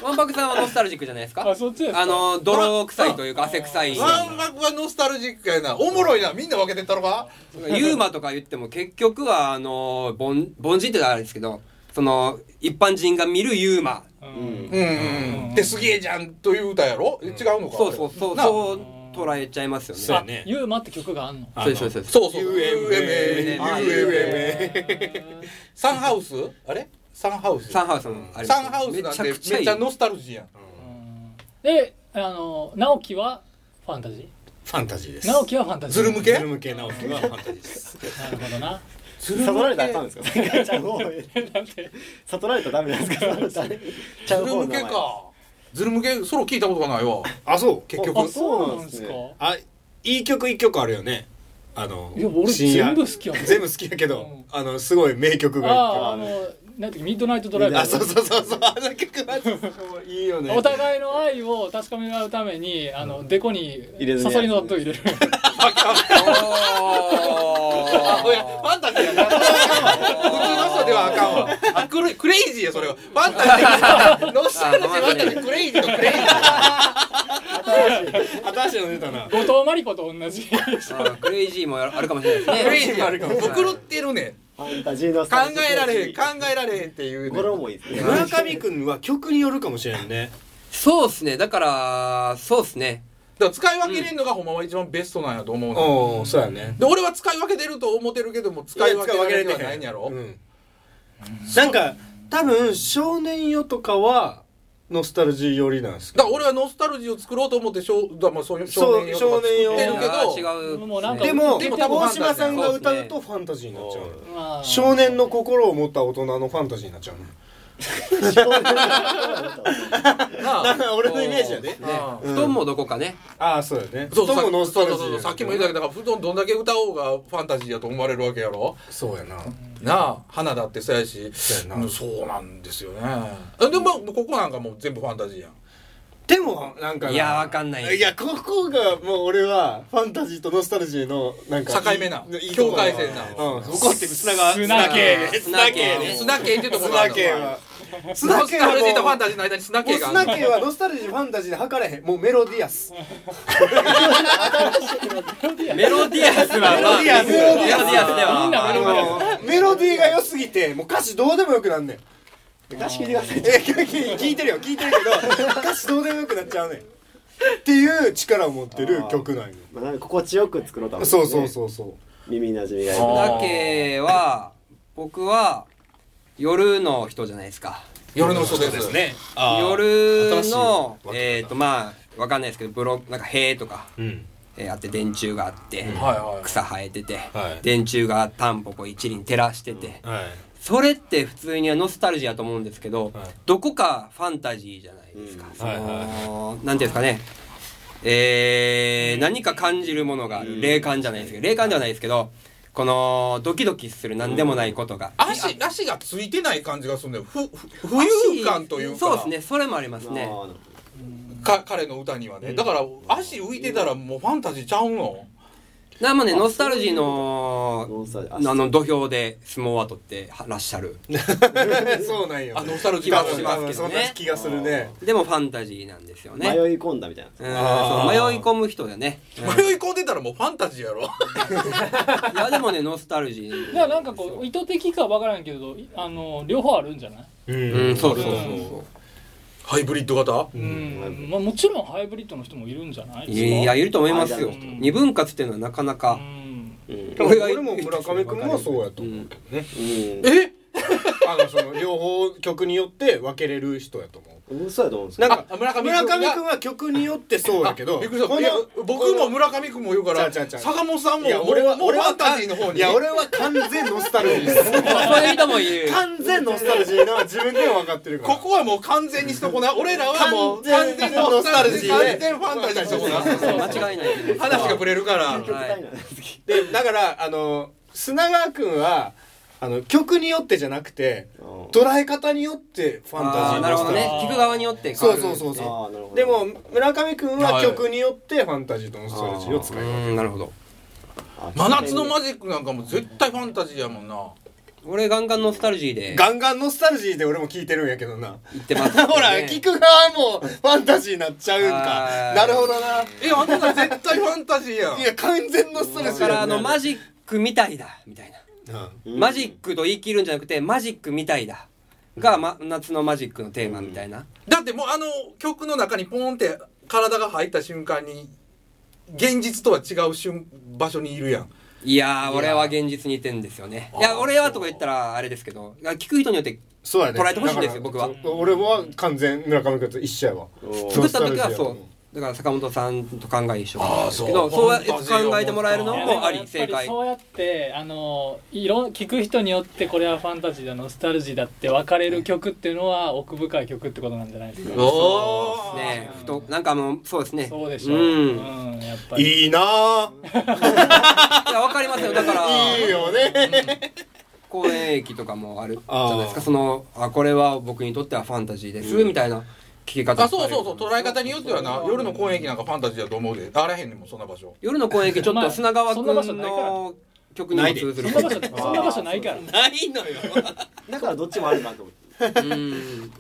[SPEAKER 4] ワンパクさんはノスタルジックじゃないですか
[SPEAKER 2] あそっちですか
[SPEAKER 4] あの泥臭いというか汗臭い
[SPEAKER 1] ワンバクはノスタルジックやなおもろいなみんな分けてったのか
[SPEAKER 4] ユーマとか言っても結局はあの凡凡人って言ったらあれですけどその一般人が見るユーマ
[SPEAKER 2] うん
[SPEAKER 3] うん
[SPEAKER 1] うんうんってすげえじゃんという歌やろ違うのか
[SPEAKER 4] そうそうそう
[SPEAKER 1] な
[SPEAKER 4] そう捉えちゃいますよね
[SPEAKER 5] そうやね
[SPEAKER 2] 「ユーマ」って曲があんの
[SPEAKER 5] あ
[SPEAKER 4] そうですそうですそう
[SPEAKER 1] そ
[SPEAKER 4] です
[SPEAKER 1] うそう
[SPEAKER 5] UMA
[SPEAKER 1] UMA サンハウスあれサンハウス
[SPEAKER 4] サンハウスのあれです
[SPEAKER 1] サンハウスなんてめっちゃノスタルジーやん
[SPEAKER 2] であの直樹はファンタジ
[SPEAKER 5] ファンタジーで
[SPEAKER 2] ー
[SPEAKER 5] す
[SPEAKER 2] 直樹はファンタジ
[SPEAKER 1] ズ
[SPEAKER 2] ー
[SPEAKER 1] ル
[SPEAKER 5] 向
[SPEAKER 1] 向
[SPEAKER 5] け
[SPEAKER 1] け
[SPEAKER 5] ズル向け直樹はファンタジーです
[SPEAKER 2] なるほど な
[SPEAKER 3] 悟られたらあかんですか悟られ ちゃう方へ悟られたらダメなんですか悟られたらちゃ
[SPEAKER 1] ズ
[SPEAKER 3] う
[SPEAKER 1] ル
[SPEAKER 3] 方の
[SPEAKER 1] 向
[SPEAKER 3] 名
[SPEAKER 1] け
[SPEAKER 3] 前
[SPEAKER 1] かズル向けソロ聞いたことがない わ
[SPEAKER 5] あそう
[SPEAKER 1] 結局
[SPEAKER 2] あそうなんですか
[SPEAKER 3] そう
[SPEAKER 5] あいい曲一曲あるよねあの
[SPEAKER 2] いや俺
[SPEAKER 5] 深夜
[SPEAKER 2] 全部好きやもん
[SPEAKER 5] 全部好きやけど、
[SPEAKER 2] うん
[SPEAKER 5] あのすごい名曲がいっぱい
[SPEAKER 2] あああのなんていうかミッドナイトドライバー
[SPEAKER 5] あそうそうそうそうあの曲はすごいいいよね
[SPEAKER 2] お互いの愛を確かめ合うためにあのデコに
[SPEAKER 3] 入れずに
[SPEAKER 2] 誘いの納豆入れる
[SPEAKER 1] あいやファンタジーやな普通の人ではあかんわあクレクレイジーやそれはファンタジーノスタルジーファンタジークレイジーとクレイジー
[SPEAKER 5] 新しいの出たな
[SPEAKER 2] 後藤真理子と同じ
[SPEAKER 4] あクレイジーもあるかもしれないですね
[SPEAKER 1] クレイジー
[SPEAKER 5] あ
[SPEAKER 1] や
[SPEAKER 5] るかも
[SPEAKER 1] ぶくるってるね
[SPEAKER 3] ファンタジーの
[SPEAKER 1] 考えられへん考えられへんっていうね
[SPEAKER 3] 語呂もいいですね
[SPEAKER 5] 村上君は曲によるかもしれんね
[SPEAKER 4] そうですねだからそうですね
[SPEAKER 1] だから使い分けれんのがほんまは一番ベストなんやと思うの
[SPEAKER 5] おおそうやね
[SPEAKER 1] で俺は使い分けてると思ってるけども使い分けられてはないんやろ
[SPEAKER 5] うんなんか多分少年よとかはノスタルジー寄りなんですけ
[SPEAKER 1] だ
[SPEAKER 5] ど
[SPEAKER 1] から俺はノスタルジーを作ろうと思って少だまあそういう
[SPEAKER 5] そう
[SPEAKER 1] 少年用とか作ってる
[SPEAKER 5] 少
[SPEAKER 1] け
[SPEAKER 4] あ
[SPEAKER 1] ど
[SPEAKER 4] ー違う
[SPEAKER 2] もうなんか
[SPEAKER 5] でも
[SPEAKER 1] でも多分
[SPEAKER 5] 大島さんが歌うとファンタジーになっちゃう
[SPEAKER 2] まあ
[SPEAKER 5] 少年の心を持った大人のファンタジーになっちゃうね
[SPEAKER 1] なあ
[SPEAKER 5] 俺のイメージやで
[SPEAKER 1] あ
[SPEAKER 5] うん
[SPEAKER 4] 布団もどこかね
[SPEAKER 5] ああそうやね
[SPEAKER 1] そう
[SPEAKER 5] と
[SPEAKER 1] さ
[SPEAKER 5] もノスタルジー
[SPEAKER 1] そうそうそうさっきも
[SPEAKER 5] や
[SPEAKER 1] 言ったけどだから布団どんだけ歌おうがファンタジーやと思われるわけやろ
[SPEAKER 5] そうやな
[SPEAKER 1] なあ花だってそうやし
[SPEAKER 5] そうやな
[SPEAKER 1] うんそうなんですよねえでもまあここなんかもう全部ファンタジーやん
[SPEAKER 5] でもなんかない
[SPEAKER 4] やわかんない
[SPEAKER 5] いやここがもう俺はファンタジーとノスタルジーのなんか
[SPEAKER 1] 境目ない
[SPEAKER 5] いとこ
[SPEAKER 1] 境界線な
[SPEAKER 5] うんそこって砂が
[SPEAKER 2] 砂系
[SPEAKER 4] 砂系
[SPEAKER 5] 砂系
[SPEAKER 4] ね
[SPEAKER 1] 砂系ってとこがあ
[SPEAKER 5] 砂
[SPEAKER 1] る
[SPEAKER 5] 系は
[SPEAKER 1] ノスタルジーとファン
[SPEAKER 5] タ
[SPEAKER 1] タジーの間に砂
[SPEAKER 5] ジ
[SPEAKER 1] 系がある
[SPEAKER 5] 砂系はノスタルジーファンタジーで測れへんもうメロディアス
[SPEAKER 4] メロディアスはまあ
[SPEAKER 5] メロディアス
[SPEAKER 4] メロディアスでは
[SPEAKER 2] みんなメロディアス
[SPEAKER 5] あのメロディーが良すぎてもう歌詞どうでもよくなんねん
[SPEAKER 3] 歌詞聞いてください
[SPEAKER 5] え聞いてるよ聞いてるけど歌詞どうでもよくなっちゃうねんっていう力を持ってる曲なんよ
[SPEAKER 3] まあなんか心地よく作ろうと思
[SPEAKER 5] そうそうそうそう
[SPEAKER 3] 耳なじみがいい
[SPEAKER 4] 砂系は僕は夜の人じゃないですか
[SPEAKER 1] 夜の人です
[SPEAKER 5] ね
[SPEAKER 4] 夜の
[SPEAKER 5] 新しい
[SPEAKER 4] えっとまあわかんないですけどブロなんか塀とか
[SPEAKER 5] うん
[SPEAKER 4] えーあって電柱があって
[SPEAKER 1] はいはい
[SPEAKER 4] 草生えてて
[SPEAKER 5] はい
[SPEAKER 4] 電柱がタンポポ一輪照らしてて
[SPEAKER 5] はい
[SPEAKER 4] それって普通にはノスタルジーやと思うんですけど、
[SPEAKER 5] はい
[SPEAKER 4] どこかファンタジーじゃないですか、
[SPEAKER 3] うん
[SPEAKER 4] その
[SPEAKER 5] はい
[SPEAKER 4] なんていうんですかねえー、何か感じるものがある霊感じゃないですけど霊感ではないですけどこのドキドキする何でもないことが、
[SPEAKER 1] 足足がついてない感じがするんだよふふ浮遊感というか
[SPEAKER 4] そうですねそれもありますね
[SPEAKER 3] あー
[SPEAKER 1] か彼の歌にはねだから足浮いてたらもうファンタジーちゃうの
[SPEAKER 4] なまあねノスタルジーの
[SPEAKER 3] ノンスタルジー
[SPEAKER 4] あ
[SPEAKER 3] あ
[SPEAKER 4] の土俵で相撲は取ってらっしゃる
[SPEAKER 5] そうなんよ
[SPEAKER 4] あノスタルジー
[SPEAKER 5] 気が
[SPEAKER 4] は
[SPEAKER 5] す
[SPEAKER 4] し
[SPEAKER 5] る
[SPEAKER 4] ますけ
[SPEAKER 5] そ
[SPEAKER 4] ど
[SPEAKER 5] んな
[SPEAKER 4] ね
[SPEAKER 5] 気がするね
[SPEAKER 4] でもファンタジーなんですよね
[SPEAKER 3] 迷い込んだみたいな
[SPEAKER 4] うんそう
[SPEAKER 5] あー
[SPEAKER 4] 迷い込む人だね
[SPEAKER 1] 迷い込んでたらもうファンタジーやろ
[SPEAKER 4] いやでもねノスタルジー
[SPEAKER 2] だからなんかこう意図的かわからんけどいあの両方あるんじゃない、
[SPEAKER 5] う
[SPEAKER 4] うんそうそうそう
[SPEAKER 1] ハイブリッド型
[SPEAKER 2] う
[SPEAKER 5] うんん
[SPEAKER 2] まあ、もちろんハイブリッドの人もいるんじゃないですか
[SPEAKER 4] いやいると思いますよ
[SPEAKER 2] うん
[SPEAKER 4] 二分割っていうのはなかな
[SPEAKER 2] う
[SPEAKER 4] か
[SPEAKER 2] ん
[SPEAKER 3] うん
[SPEAKER 5] でも俺も村上君もそうやと思うけどね、
[SPEAKER 1] え
[SPEAKER 5] あのそ の両方曲によって分けれる人やと思う
[SPEAKER 3] うんそうやと思うんです
[SPEAKER 5] な
[SPEAKER 3] よ
[SPEAKER 5] んか
[SPEAKER 1] あ村上君
[SPEAKER 5] 村
[SPEAKER 1] が
[SPEAKER 5] 上君は曲によってそうやけど
[SPEAKER 1] あびっくりした
[SPEAKER 5] この
[SPEAKER 1] いや僕も村上君も言うから
[SPEAKER 5] ちゃうちゃうちゃう
[SPEAKER 1] 坂本さんも
[SPEAKER 5] いや
[SPEAKER 1] もう
[SPEAKER 5] 俺は
[SPEAKER 1] もう
[SPEAKER 5] 俺
[SPEAKER 1] フ
[SPEAKER 5] は
[SPEAKER 1] ァンタジーの方に
[SPEAKER 5] いや俺は完全ノスタルジーです
[SPEAKER 4] そういう人もいる
[SPEAKER 5] 完全ノスタルジーなのは自分でも分かってるから
[SPEAKER 1] ここはもう完全にしとこな俺らはもう
[SPEAKER 5] 完
[SPEAKER 1] 完
[SPEAKER 5] 全
[SPEAKER 1] 全
[SPEAKER 5] のノ
[SPEAKER 1] ノ
[SPEAKER 5] ス
[SPEAKER 1] ス
[SPEAKER 5] タ
[SPEAKER 1] タ
[SPEAKER 5] ル
[SPEAKER 1] ル
[SPEAKER 5] ジ
[SPEAKER 1] ジ
[SPEAKER 5] ー
[SPEAKER 1] ー完全ファンタジーにしとこな
[SPEAKER 4] 間違いないです
[SPEAKER 1] 話がぶれるから
[SPEAKER 3] 曲たいな
[SPEAKER 5] でだからあの砂川君はあの曲によってじゃなくて
[SPEAKER 3] うん
[SPEAKER 5] 捉え方によってファンタジ
[SPEAKER 4] あ
[SPEAKER 5] ー
[SPEAKER 4] ー
[SPEAKER 5] に
[SPEAKER 4] なるほどね
[SPEAKER 2] あー
[SPEAKER 4] 聞く側によって変
[SPEAKER 5] そ
[SPEAKER 4] わ
[SPEAKER 5] う
[SPEAKER 4] る
[SPEAKER 5] そうそうそ
[SPEAKER 3] あーなるほど
[SPEAKER 5] うでも村上君は
[SPEAKER 1] はい
[SPEAKER 5] 曲によってファンタジーとノスタルジーを使
[SPEAKER 4] う
[SPEAKER 5] い分ける
[SPEAKER 4] んなるほど
[SPEAKER 3] あ
[SPEAKER 1] 真夏のマジックなんかも絶対ファンタジーやもんな
[SPEAKER 4] 俺ガンガンノスタルジーで
[SPEAKER 5] ガンガンノスタルジーで俺も聞いてるんやけどな
[SPEAKER 4] 言ってますけどね
[SPEAKER 5] ほら聞く側もファンタジーになっちゃうん
[SPEAKER 4] あ
[SPEAKER 5] か
[SPEAKER 4] ー
[SPEAKER 5] なるほどな
[SPEAKER 1] えあんな絶対ファンタジーやん
[SPEAKER 5] いや完全ノスタル
[SPEAKER 4] だ
[SPEAKER 5] ジー
[SPEAKER 4] から
[SPEAKER 5] や
[SPEAKER 4] あのマジックみたいだみたいな
[SPEAKER 5] うん
[SPEAKER 3] うん
[SPEAKER 4] マジックと言い切るんじゃなくてマジックみたいだが、ま、夏のマジックのテーマみたいな、
[SPEAKER 1] だってもうあの曲の中にポーンって体が入った瞬間に現実とは違う瞬場所にいるやん
[SPEAKER 4] いやー俺は現実にいてんですよねいや俺はとか言ったらあれですけどいや聞く人によって
[SPEAKER 5] そうやね
[SPEAKER 4] 捉えてほしいんですよ
[SPEAKER 5] だ
[SPEAKER 4] 僕
[SPEAKER 5] から
[SPEAKER 4] は
[SPEAKER 5] 俺は完全村上君と一緒やわ
[SPEAKER 3] お
[SPEAKER 4] 作った時はそうだから坂本さんと考え一緒なんですけ
[SPEAKER 1] あ
[SPEAKER 4] ど
[SPEAKER 1] ー
[SPEAKER 4] そう
[SPEAKER 1] そう
[SPEAKER 4] やって考えてもらえるの
[SPEAKER 2] いや
[SPEAKER 4] もあ
[SPEAKER 2] で
[SPEAKER 4] り
[SPEAKER 2] もや
[SPEAKER 4] 正
[SPEAKER 2] っぱり
[SPEAKER 4] 解
[SPEAKER 2] そうやってあのいろん聞く人によってこれはファンタジーだノスタルジーだって分かれる曲っていうのは奥深い曲ってことなんじゃないですか、
[SPEAKER 1] お
[SPEAKER 4] ねえふとなんかもうそうですね
[SPEAKER 2] そうでしょう、
[SPEAKER 4] ん、い
[SPEAKER 2] うんやっぱり
[SPEAKER 5] いいなぁ
[SPEAKER 4] やわかりますよだから
[SPEAKER 5] いいよね
[SPEAKER 4] 公園駅とかもあるじ
[SPEAKER 5] あー
[SPEAKER 4] ゃないですかそのあこれは僕にとってはファンタジーです、みたいな聞き方
[SPEAKER 1] あそうそうそう捉え方によってはな
[SPEAKER 2] そう
[SPEAKER 1] 夜の公園駅なんかファンタジーだと思うであらへんねんもんそんな場所
[SPEAKER 4] 夜の公園駅ちょっと砂川君
[SPEAKER 2] まあそんな場所
[SPEAKER 4] の曲にも通ずる
[SPEAKER 2] そんな場 所そんな場所ないから
[SPEAKER 4] ないのよ
[SPEAKER 3] だからどっちもあるなと思って
[SPEAKER 4] うん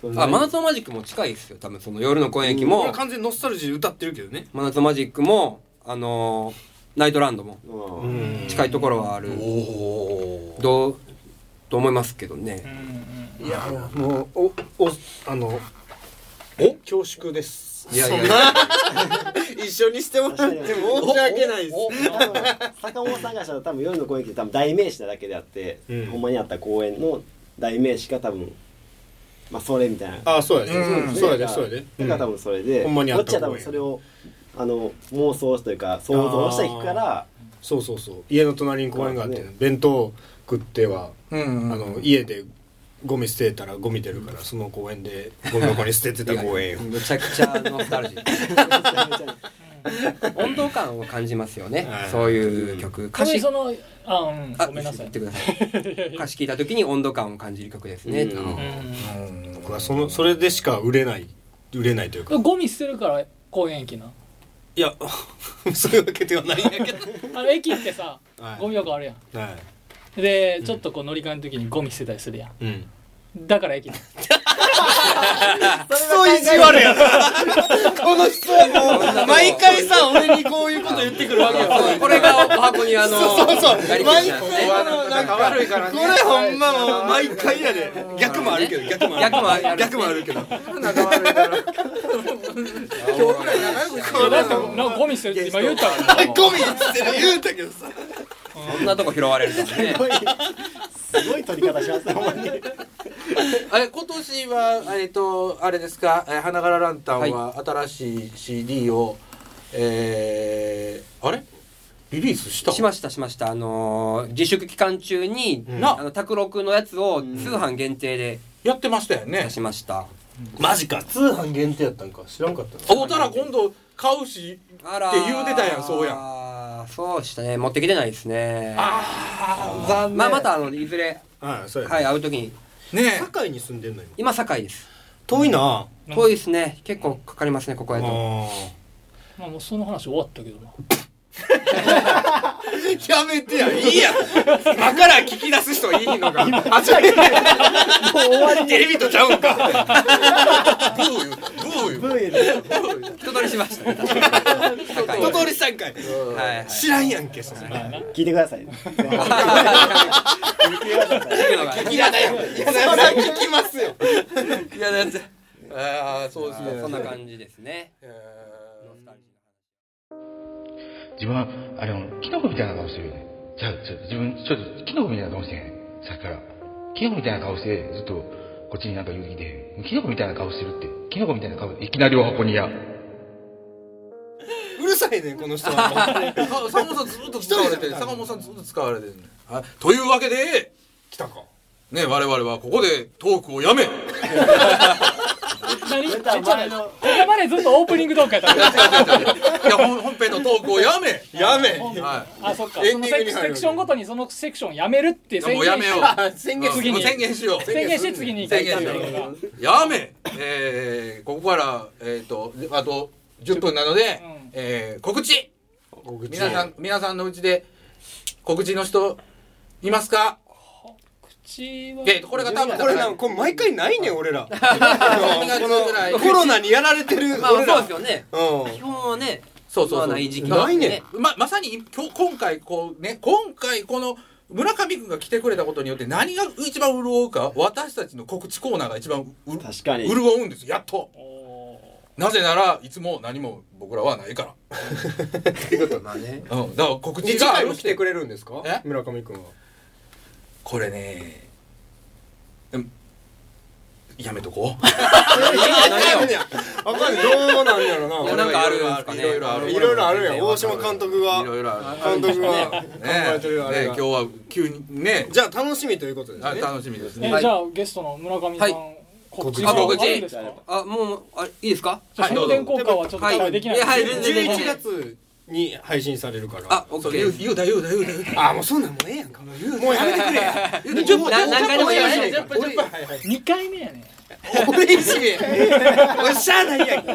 [SPEAKER 3] それ
[SPEAKER 4] あ真夏のマジックも近いですよ多分その夜の公園駅も
[SPEAKER 5] 完全にノスタルジーで歌ってるけどね
[SPEAKER 4] 真夏のマジックもあのーナイトランドも
[SPEAKER 3] うん
[SPEAKER 4] 近いところはある
[SPEAKER 1] お
[SPEAKER 4] どうと思いますけど
[SPEAKER 2] う
[SPEAKER 4] ね
[SPEAKER 2] んうん
[SPEAKER 5] いやもうおおあのお恐縮です
[SPEAKER 4] いやいやいや
[SPEAKER 5] 一緒にしてもらって申し訳ないです
[SPEAKER 3] 多分坂本さんがしたら多分夜の公園って多分代名詞なだけであって、
[SPEAKER 5] うん
[SPEAKER 3] ほんまにあった公園の代名詞が多分まあそれみたいな
[SPEAKER 5] あそうやで、
[SPEAKER 1] うん
[SPEAKER 5] そうやでそうやで、
[SPEAKER 3] だから多分それで、
[SPEAKER 5] ほんまにあ
[SPEAKER 3] こ
[SPEAKER 5] っ
[SPEAKER 3] ったちは多分それをあの妄想というか想像していくから
[SPEAKER 5] そうそうそう家の隣に公園があって、弁当食っては
[SPEAKER 1] うん
[SPEAKER 5] あの家でゴミ捨てたらゴミ出るからその公園でゴミ箱に捨ててた公園よ
[SPEAKER 4] むちゃくちゃノスタルジー温度感を感じますよね
[SPEAKER 5] はい
[SPEAKER 4] そういう曲歌詞
[SPEAKER 2] そのあ、うん、
[SPEAKER 4] あ
[SPEAKER 2] ごめんなさい
[SPEAKER 4] 言ってくださ い歌詞聞いた時に温度感を感じる曲ですね
[SPEAKER 3] うん
[SPEAKER 4] あの
[SPEAKER 2] う
[SPEAKER 5] 僕はそのそれでしか売れない売れないというか
[SPEAKER 2] んゴミ捨てるから公園駅ない
[SPEAKER 5] やそういうわけではないんやけど
[SPEAKER 2] あの駅ってさ、
[SPEAKER 5] はい
[SPEAKER 2] ゴミ箱あるやん
[SPEAKER 5] は
[SPEAKER 2] でちょっとこう乗り換えの時にゴミ捨てたりするやん
[SPEAKER 5] い、うん、
[SPEAKER 2] だから駅な
[SPEAKER 5] クソ意地悪やなこの人はもう毎回さ俺にこういうこと言ってくるわけよ
[SPEAKER 4] そうこれがお箱にあの
[SPEAKER 5] そうそうそう
[SPEAKER 4] やり口なんです
[SPEAKER 5] 毎
[SPEAKER 4] ね
[SPEAKER 5] 回
[SPEAKER 1] なんか悪いから
[SPEAKER 5] こ
[SPEAKER 1] ね
[SPEAKER 5] れほんまもう毎回やで逆もあるけど逆もある
[SPEAKER 4] 逆もある
[SPEAKER 5] 逆もあるけど
[SPEAKER 1] 仲悪いから今日くらい長くしよ
[SPEAKER 2] いうだ
[SPEAKER 1] よ
[SPEAKER 2] ってなんかゴミ捨てるって今言ったからね
[SPEAKER 5] ゴミって言うたけどさ
[SPEAKER 4] そんなとこ拾われるんですね
[SPEAKER 3] すごいすごい取り方しますねほんまに
[SPEAKER 1] あれ今年はえっとあれですかえー花柄ランタンは新しい CD をえーあれリリースした
[SPEAKER 4] しましたしましたあのー自粛期間中に
[SPEAKER 5] うん
[SPEAKER 4] あの卓録のやつを通販限定で
[SPEAKER 1] やってましたよね
[SPEAKER 4] 出しました
[SPEAKER 5] マジか通販限定やったんか知らんかった
[SPEAKER 1] あおたら今度買うし
[SPEAKER 4] あら
[SPEAKER 1] って言うてたやんそうやん
[SPEAKER 4] んそうしたね持ってきてないですね
[SPEAKER 1] あ残
[SPEAKER 4] まあまたあのいずれ
[SPEAKER 5] はいそうや
[SPEAKER 4] はい会う時に
[SPEAKER 1] ね
[SPEAKER 5] 堺に住んでんの今
[SPEAKER 4] 今堺です
[SPEAKER 5] 遠いな
[SPEAKER 4] 遠いですね結構かかりますねここへと
[SPEAKER 5] あ
[SPEAKER 2] まあもうその話終わったけどな
[SPEAKER 4] やめてやいいや今から聞き出す人いい のか初めてテレビとちゃうんか
[SPEAKER 1] ブー言うたブー言う
[SPEAKER 3] ブ
[SPEAKER 1] た
[SPEAKER 3] ー言うて
[SPEAKER 4] 一通りしましたね
[SPEAKER 5] 一通り3回
[SPEAKER 4] はいはい
[SPEAKER 5] 知らんやんけそんな
[SPEAKER 3] 聞いてください。
[SPEAKER 4] 聞くのが
[SPEAKER 5] 嫌だよ嫌だよそら聞きますよ
[SPEAKER 4] 嫌なやつああそうです
[SPEAKER 5] ね
[SPEAKER 4] そんな感じですねノスタルジー
[SPEAKER 7] 自分は、あれ、キノコみたいな顔してるよね。じゃあ、ちょ自分、ちょっと、キノコみたいな顔してんやね。さっきから。キノコみたいな顔して、ずっと、こっちになんか言うてきて、キノコみたいな顔してるって、キノコみたいな顔、いきなりお箱にや。
[SPEAKER 5] うるさいねこの 人は
[SPEAKER 1] さ坂本さんずっと使われて坂本さんずっと使われてるねはいというわけで
[SPEAKER 5] 来たか
[SPEAKER 1] ね我々はここでトークをやめ
[SPEAKER 2] 何ちょっとこれまでずっとオープニングトークやったの
[SPEAKER 1] いや本本編のトークをやめ
[SPEAKER 5] やめ
[SPEAKER 1] は
[SPEAKER 2] あそっか
[SPEAKER 5] エ
[SPEAKER 2] そ
[SPEAKER 5] ン
[SPEAKER 2] の
[SPEAKER 5] ディ
[SPEAKER 2] セ
[SPEAKER 5] ングに入る
[SPEAKER 2] クションごとにそのセクションやめるって
[SPEAKER 1] い
[SPEAKER 2] 宣
[SPEAKER 1] もうや
[SPEAKER 2] 言
[SPEAKER 1] め
[SPEAKER 2] し
[SPEAKER 1] よ
[SPEAKER 2] て
[SPEAKER 1] う
[SPEAKER 5] 宣
[SPEAKER 1] うん
[SPEAKER 2] 次に
[SPEAKER 1] もう宣言しよう
[SPEAKER 2] 宣言して次に行
[SPEAKER 1] 宣言
[SPEAKER 2] く
[SPEAKER 1] しよ うやめえーここからえっとあと10分なので
[SPEAKER 2] うん
[SPEAKER 1] えー告知
[SPEAKER 5] 告知
[SPEAKER 1] 皆さん皆さんのうちで告知の人いますか
[SPEAKER 2] 口は
[SPEAKER 1] えーこれが多分
[SPEAKER 5] これなんかこれ毎回ないねん 俺らこ
[SPEAKER 1] ぐらい
[SPEAKER 5] のコロナにやられてる
[SPEAKER 4] まあ
[SPEAKER 5] 俺
[SPEAKER 4] そう
[SPEAKER 5] ら
[SPEAKER 4] ですよね基
[SPEAKER 5] う
[SPEAKER 4] 本はね
[SPEAKER 1] そうそうそ
[SPEAKER 4] まあ
[SPEAKER 1] う
[SPEAKER 4] ない時期
[SPEAKER 5] ないねん
[SPEAKER 1] ままさに今日今回こうね今回この村上君が来てくれたことによって何が一番潤うか私たちの告知コーナーが一番うる
[SPEAKER 3] 確かに。
[SPEAKER 1] 潤うんですやっと
[SPEAKER 2] お
[SPEAKER 1] なぜならいつも何も僕らはないか
[SPEAKER 5] ってことなね
[SPEAKER 1] ら、うん、だから告知
[SPEAKER 5] 次
[SPEAKER 1] があ
[SPEAKER 5] 回
[SPEAKER 1] る
[SPEAKER 5] も
[SPEAKER 1] っ
[SPEAKER 5] 来て
[SPEAKER 1] て
[SPEAKER 5] くれるんですか
[SPEAKER 1] え
[SPEAKER 5] 村上君は
[SPEAKER 1] これねうんやめとこ
[SPEAKER 5] 何やわかんないどうなんやろ
[SPEAKER 1] う
[SPEAKER 4] いやなんかあるんですかね
[SPEAKER 1] いろいろある
[SPEAKER 5] ないろいろあるやん大島監
[SPEAKER 1] 督
[SPEAKER 5] 督
[SPEAKER 1] い
[SPEAKER 5] が
[SPEAKER 1] ろいろあ
[SPEAKER 5] 監督が考
[SPEAKER 1] るね
[SPEAKER 5] えてるあ
[SPEAKER 1] ね
[SPEAKER 5] れ
[SPEAKER 1] 今
[SPEAKER 5] が
[SPEAKER 1] 日は急にね
[SPEAKER 5] じゃあ楽しみということです
[SPEAKER 1] あ
[SPEAKER 5] ね
[SPEAKER 1] 楽しみです
[SPEAKER 2] ーえ
[SPEAKER 1] ね
[SPEAKER 2] じゃあゲストの村上さん、
[SPEAKER 4] はい
[SPEAKER 2] 告知
[SPEAKER 5] あ
[SPEAKER 2] は
[SPEAKER 4] 告知
[SPEAKER 2] あるんですか
[SPEAKER 4] あもうあいいですか
[SPEAKER 2] じゃあ
[SPEAKER 1] はいどう
[SPEAKER 2] 宣
[SPEAKER 1] ぞ
[SPEAKER 2] 伝効果はちょっと多分できない
[SPEAKER 4] はいいやはい全然
[SPEAKER 5] 11月に配信されるから
[SPEAKER 4] あオッ
[SPEAKER 1] そう
[SPEAKER 4] ケ
[SPEAKER 1] 言う
[SPEAKER 4] ー
[SPEAKER 1] 言うだ言うだ言うだ言うだ
[SPEAKER 5] あもうそんなんもうええやんかもう言うもうやめてくれや
[SPEAKER 1] 言うだ10分
[SPEAKER 4] な何回でも言わないで
[SPEAKER 1] 10分10分10分
[SPEAKER 2] 2回目やね
[SPEAKER 5] 俺いじめおっしゃあないやん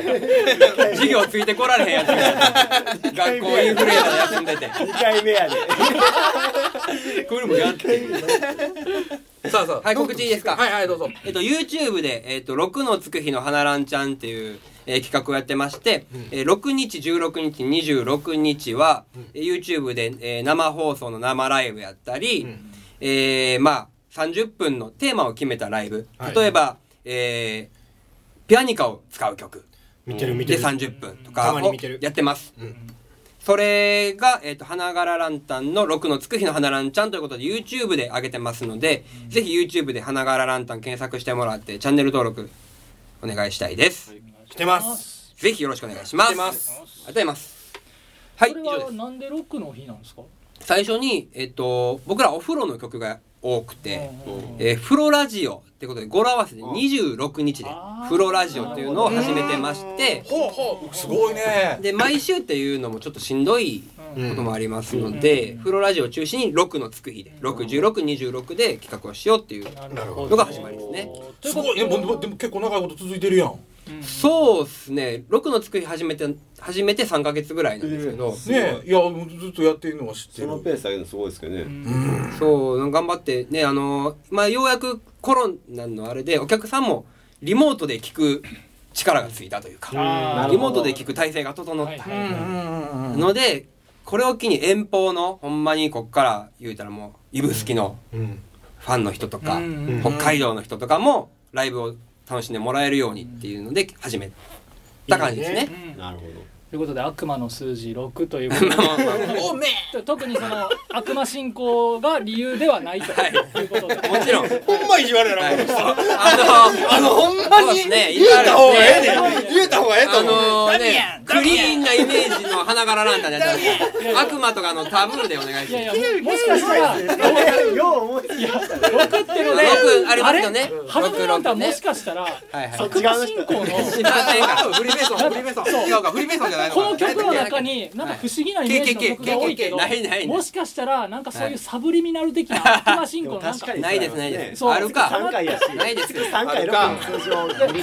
[SPEAKER 4] 授業ついてこられへんやつ学校インフルエンザで休んでて
[SPEAKER 3] 二回目やで。
[SPEAKER 4] これもやって
[SPEAKER 1] さあさあ
[SPEAKER 4] はい告知いいですか
[SPEAKER 1] はいはいどうぞ
[SPEAKER 4] えっと YouTube で「えっと6のつく日の花ランちゃん」っていう、えー企画をやってまして、えー6日16日26日は、えー YouTube で、えー生放送の生ライブやったり、
[SPEAKER 5] ん
[SPEAKER 4] えーまあ30分のテーマを決めたライブ
[SPEAKER 5] はい
[SPEAKER 4] 例えば、えーピアニカを使う曲
[SPEAKER 5] 見てる見て
[SPEAKER 4] で
[SPEAKER 5] る
[SPEAKER 4] 30分と
[SPEAKER 5] た
[SPEAKER 4] か
[SPEAKER 5] まに
[SPEAKER 4] を
[SPEAKER 5] 見てる
[SPEAKER 4] やってます。
[SPEAKER 5] うん
[SPEAKER 4] それが、えっ、と、花柄ランタンの6のつく日の花ランちゃんということで YouTube で上げてますので、ぜひ YouTube で花柄ランタン検索してもらってチャンネル登録お願いしたいです。
[SPEAKER 5] 来てます
[SPEAKER 4] ぜひよろしくお願いします。
[SPEAKER 5] 来てます
[SPEAKER 4] ありがとうございます。はい、以
[SPEAKER 2] これ
[SPEAKER 4] 上で
[SPEAKER 2] はなんでロックの日なんですか
[SPEAKER 4] す。最初に、えっ、と、僕らお風呂の曲が多くて、
[SPEAKER 2] うんうんうん
[SPEAKER 4] えー、風呂ラジオってことで語呂合わせで26日で
[SPEAKER 2] あー
[SPEAKER 4] 風呂ラジオっていうのを始めてまして、
[SPEAKER 1] ほうほうすごいね
[SPEAKER 4] で毎週っていうのもちょっとしんどいこともありますので、風呂ラジオを中心に6のつく日で61626で企画をしようっていう
[SPEAKER 2] なるほ
[SPEAKER 4] のが始まりですね
[SPEAKER 2] とい
[SPEAKER 1] す
[SPEAKER 2] うこ
[SPEAKER 1] ご
[SPEAKER 2] と
[SPEAKER 1] いねもうでもでも結構長いこと続いてるやん
[SPEAKER 4] そうっすね6のつく日始めて始めて3か月ぐらいなんですけど、
[SPEAKER 1] ねえいやもうずっとやってるのは知って
[SPEAKER 3] そ
[SPEAKER 1] る
[SPEAKER 3] のペース上げるのすごいですけどね。
[SPEAKER 4] そう頑張ってねあのまあようやくコロナのあれでお客さんもリモートで聞く力がついたというか
[SPEAKER 2] あ
[SPEAKER 3] なる
[SPEAKER 4] リ
[SPEAKER 3] ほ
[SPEAKER 4] モートで聞く体制が整った、
[SPEAKER 2] はいは
[SPEAKER 1] うん
[SPEAKER 2] いはい
[SPEAKER 1] うんうんうん
[SPEAKER 4] のでこれを機に遠方のほんまにこっから言うたらもう指宿の
[SPEAKER 5] うん
[SPEAKER 4] ファンの人とか、
[SPEAKER 2] うんうん
[SPEAKER 5] うん
[SPEAKER 4] 北海道の人とかもライブを楽しんでもらえるようにっていうので始めた感じですね。
[SPEAKER 5] いい
[SPEAKER 2] うん
[SPEAKER 3] なるほど。
[SPEAKER 2] ということで悪魔の数字6ということで
[SPEAKER 1] ごめん
[SPEAKER 2] と特にその悪魔信仰が理由ではないということで、
[SPEAKER 4] もちろん。 はい
[SPEAKER 5] ほんま意地悪やなこの人
[SPEAKER 4] あの
[SPEAKER 5] あのほんま
[SPEAKER 4] そうで
[SPEAKER 5] に
[SPEAKER 4] すね
[SPEAKER 5] 言うた方がえ
[SPEAKER 2] いろいろある
[SPEAKER 5] えねん言うた方がええと
[SPEAKER 4] あ
[SPEAKER 5] 思う
[SPEAKER 4] のーね、クリーンなイメージの花柄なんだね。悪魔とかのタブーでお願いし
[SPEAKER 2] い
[SPEAKER 4] ま
[SPEAKER 2] や
[SPEAKER 4] す
[SPEAKER 2] い。やももしかしたら
[SPEAKER 3] よう思いついた。
[SPEAKER 2] 6ってので
[SPEAKER 4] 六ありますよね
[SPEAKER 2] れ花のランタンもしかしたら
[SPEAKER 4] はいはい。
[SPEAKER 2] 悪魔信仰の
[SPEAKER 4] 知りませんから。
[SPEAKER 1] フリーメイソンフリーメイソン違うかフリーメイソンじゃないの
[SPEAKER 2] こ
[SPEAKER 1] か
[SPEAKER 2] の曲の中になんか不思議なイメージの曲が多いけど
[SPEAKER 4] ないないない
[SPEAKER 2] もしかしたらなんかそういうサブリミナル的な悪魔信仰のなんか
[SPEAKER 3] でも確かに
[SPEAKER 4] ないですないです。
[SPEAKER 2] そう
[SPEAKER 4] あるか。
[SPEAKER 3] 三回やし。
[SPEAKER 4] な いですけど。
[SPEAKER 3] 三回六の通常。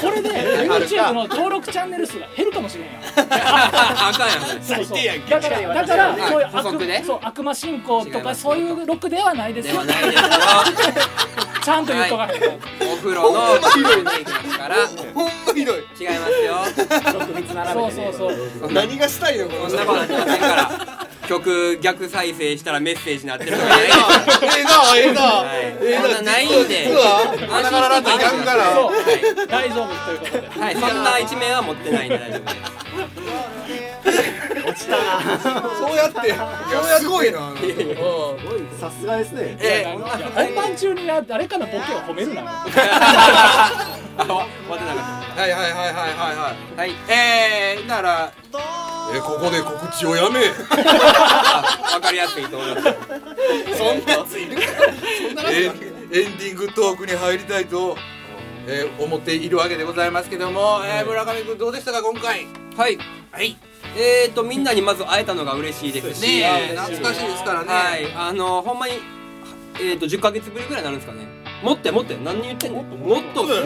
[SPEAKER 2] これで YouTube の登録チャンネル数が減るかもしれんやん
[SPEAKER 4] あかんやんそれ
[SPEAKER 2] そうそう
[SPEAKER 5] 最低やんけ
[SPEAKER 2] だからだからそういう
[SPEAKER 4] 補足ね
[SPEAKER 2] 悪そう悪魔信仰と
[SPEAKER 4] 違いま
[SPEAKER 2] か
[SPEAKER 4] す
[SPEAKER 2] そういうロックではないです
[SPEAKER 4] で
[SPEAKER 2] よ
[SPEAKER 4] はないですよ
[SPEAKER 2] ちゃんと言っとかないと
[SPEAKER 4] お風呂の湯船ですから
[SPEAKER 5] ほんまひど
[SPEAKER 4] 違
[SPEAKER 5] い
[SPEAKER 4] いますよ
[SPEAKER 3] 六密並
[SPEAKER 2] そ
[SPEAKER 3] べ
[SPEAKER 2] う
[SPEAKER 3] て
[SPEAKER 2] そ
[SPEAKER 3] ね
[SPEAKER 2] うそう
[SPEAKER 5] 何がしたいのこ
[SPEAKER 4] そ
[SPEAKER 5] の
[SPEAKER 4] ん
[SPEAKER 5] 人
[SPEAKER 4] なことありませんから曲逆再生したらメッセージになってるとか
[SPEAKER 5] ええなええな
[SPEAKER 4] はい
[SPEAKER 5] ええな
[SPEAKER 4] そんなないんで
[SPEAKER 5] 実は実はあながらなんかやるから
[SPEAKER 2] そう
[SPEAKER 4] はい
[SPEAKER 2] 大丈夫ということで
[SPEAKER 4] はい、そんな一面は持ってないんで大丈夫です。
[SPEAKER 5] そうやってそうやすごいな
[SPEAKER 3] さすがですね
[SPEAKER 4] え
[SPEAKER 2] いや本番中にな誰かのボケを褒めるな
[SPEAKER 4] あ、待ってなかっ
[SPEAKER 1] はいはいはいはいはいはい
[SPEAKER 4] た。はい、えー、なら、
[SPEAKER 1] えここで告知をやめ
[SPEAKER 4] あわかりやすいと思います。
[SPEAKER 5] そんなやついる
[SPEAKER 1] えーエンディングトークに入りたいと、えー思っているわけでございますけども、えー村上君どうでしたか今回
[SPEAKER 4] はい、
[SPEAKER 1] はい
[SPEAKER 4] えーと、みんなにまず会えたのが嬉しいですし。
[SPEAKER 1] ねえ懐かしいですからね、
[SPEAKER 4] はい、あの、ほんまに、えーと、10ヶ月ぶりぐらいになるんですかね。持って持って、何言ってんのもっとっすよ。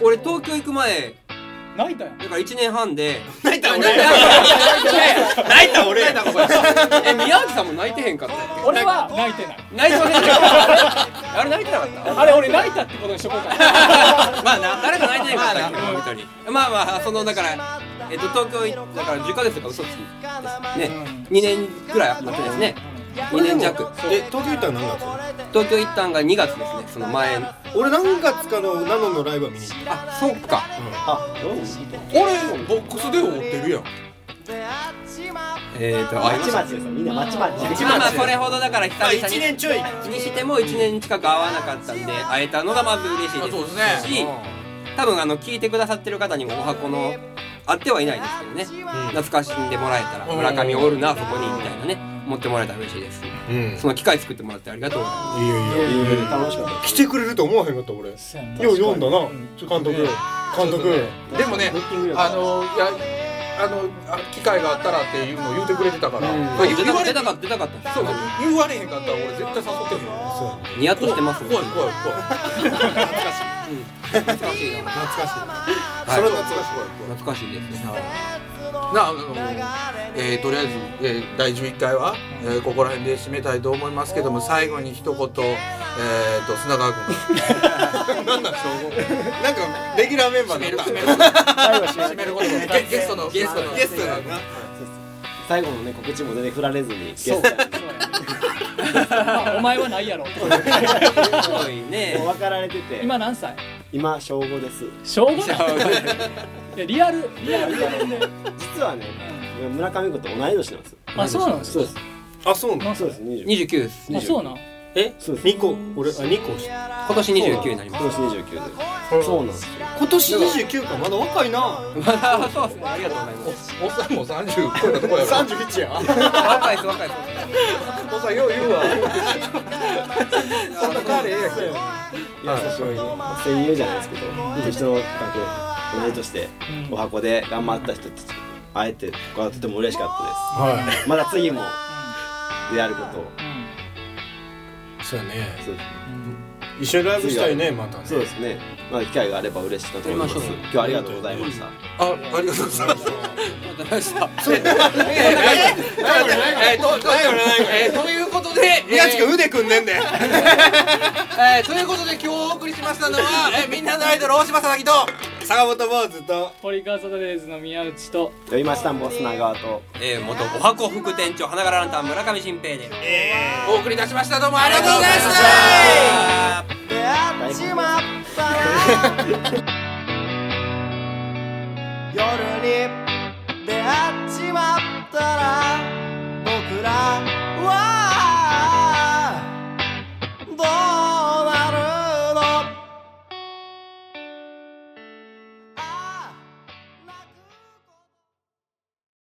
[SPEAKER 4] 俺、東京行く前、
[SPEAKER 2] 泣いたやん
[SPEAKER 4] だから1年半で。
[SPEAKER 5] 泣いた俺
[SPEAKER 4] 泣いた
[SPEAKER 5] 泣いた俺
[SPEAKER 4] え、宮脇さんも泣いてへんかったっ
[SPEAKER 2] 俺は泣いてない
[SPEAKER 4] け泣いてませんでしたあれ泣いてなかった
[SPEAKER 2] あれ俺泣いたってことにしとこうかな
[SPEAKER 4] まあな誰か泣いてなかったっけど、みたいにまあまあそのだからえっと東京行ったから10ヶ月とか嘘つきですね2年くらいなってですね2年弱
[SPEAKER 5] え東京行ったの何月
[SPEAKER 4] 東京行ったんが2月ですねその前の
[SPEAKER 5] 俺何月かのナノのライブは見に行っ
[SPEAKER 4] あそっか
[SPEAKER 3] あどうも
[SPEAKER 1] 俺ボックスで思ってるやん
[SPEAKER 4] えっ、とあ
[SPEAKER 3] まちまちですよみんなまちまちま
[SPEAKER 4] まあまあそれほどだから久
[SPEAKER 5] た
[SPEAKER 4] 々に
[SPEAKER 5] 1年ちょい
[SPEAKER 4] にしても1年近く会わなかったんで会えたのがまず嬉しい
[SPEAKER 1] あそう
[SPEAKER 4] で
[SPEAKER 1] です
[SPEAKER 4] す
[SPEAKER 1] ね
[SPEAKER 4] し多分あの聞いてくださってる方にもお箱の会ってはいないですけどね、懐かしんでもらえたら
[SPEAKER 1] うん
[SPEAKER 4] 村上おるなそこにみたいなね思ってもらえたら嬉しいです
[SPEAKER 5] うん
[SPEAKER 4] その機会作ってもらってありがとうございま
[SPEAKER 5] いやいや
[SPEAKER 3] 楽しかった
[SPEAKER 5] 来てくれると思わへんかった俺よう
[SPEAKER 2] そうやん な
[SPEAKER 5] 読んだな
[SPEAKER 2] うん
[SPEAKER 5] ちょ監督監督
[SPEAKER 1] でもね
[SPEAKER 3] ブッキング力
[SPEAKER 1] あのいやあのあ機会があったらっていうのを言うてくれてたから、まあ
[SPEAKER 4] す
[SPEAKER 1] 言
[SPEAKER 4] 出た
[SPEAKER 1] 言
[SPEAKER 4] か
[SPEAKER 1] わ
[SPEAKER 4] っ
[SPEAKER 1] れ
[SPEAKER 4] た出
[SPEAKER 1] た
[SPEAKER 4] たかった出たかった
[SPEAKER 1] そう言われへんかったら俺絶対誘ってへんよ
[SPEAKER 5] そう
[SPEAKER 4] ニヤッとしてます
[SPEAKER 1] 怖い怖い怖い
[SPEAKER 4] 懐かしいな
[SPEAKER 5] 懐かしい
[SPEAKER 1] それはすごい
[SPEAKER 4] 懐かしいですね
[SPEAKER 1] なあの、えーとりあえず、えー第11回は、えーここら辺で締めたいと思いますけども最後に一言、えー、と砂川君
[SPEAKER 5] なんなん称号 なんかレギュラーメンバーになった
[SPEAKER 3] 最後は締め
[SPEAKER 1] 締めることゲゲストのゲストの
[SPEAKER 5] ゲストだな
[SPEAKER 3] 最後のね告知も全然振られずにゲス
[SPEAKER 2] そう
[SPEAKER 3] トや
[SPEAKER 2] そうやね まあお前はないやろ
[SPEAKER 4] すごいね
[SPEAKER 3] もう分かられてて
[SPEAKER 2] 今何歳
[SPEAKER 3] 今小5です
[SPEAKER 2] 小5だリアルリアルだね
[SPEAKER 3] 実はね村上君と同い年なんですよ
[SPEAKER 2] まあそうなんです
[SPEAKER 3] そう
[SPEAKER 2] よ
[SPEAKER 3] です
[SPEAKER 5] あそうなの
[SPEAKER 3] そうです20
[SPEAKER 4] 29です
[SPEAKER 2] まあそうなん
[SPEAKER 5] え
[SPEAKER 3] そうです
[SPEAKER 5] 二個俺あ二個
[SPEAKER 4] 今年29になります
[SPEAKER 3] 今年29でそうなんですよ
[SPEAKER 5] 今年29かまだ若いな
[SPEAKER 4] あ そうですねありがとうございます
[SPEAKER 1] おっさんも30超えたとこやろ
[SPEAKER 5] 31や
[SPEAKER 4] 若いです 若いです
[SPEAKER 1] おっさんよう言うわそんな彼
[SPEAKER 3] いや久しぶりに戦友じゃないですけど適当の学同じとしてお箱で頑張った人たちに会えて僕はとても嬉しかった
[SPEAKER 5] は
[SPEAKER 3] ですまだ次もであることを
[SPEAKER 5] いそうやね
[SPEAKER 3] そう
[SPEAKER 5] 一緒にライブしたいねまたね
[SPEAKER 3] そうですねまあ機会があれば嬉しいなと思います
[SPEAKER 4] 撮りましょう
[SPEAKER 3] 今日はありがとうございました
[SPEAKER 1] あありがとうございます
[SPEAKER 4] ありがとうございました
[SPEAKER 1] えーととえーということでえー
[SPEAKER 5] 宮地君腕組んでんねん
[SPEAKER 1] えーということで今日お送りしましたのはえーみんなのアイドル大島さなぎと
[SPEAKER 5] 坂本坊主と
[SPEAKER 2] 堀川サタデーズの宮内と
[SPEAKER 3] 呼びましたんぼ砂川と
[SPEAKER 4] えー、元お箱副店長花柄ランタン村上新平で
[SPEAKER 1] お送りいたしましたどうもありがとうございました
[SPEAKER 3] 大根
[SPEAKER 8] 夜に出会っちまったら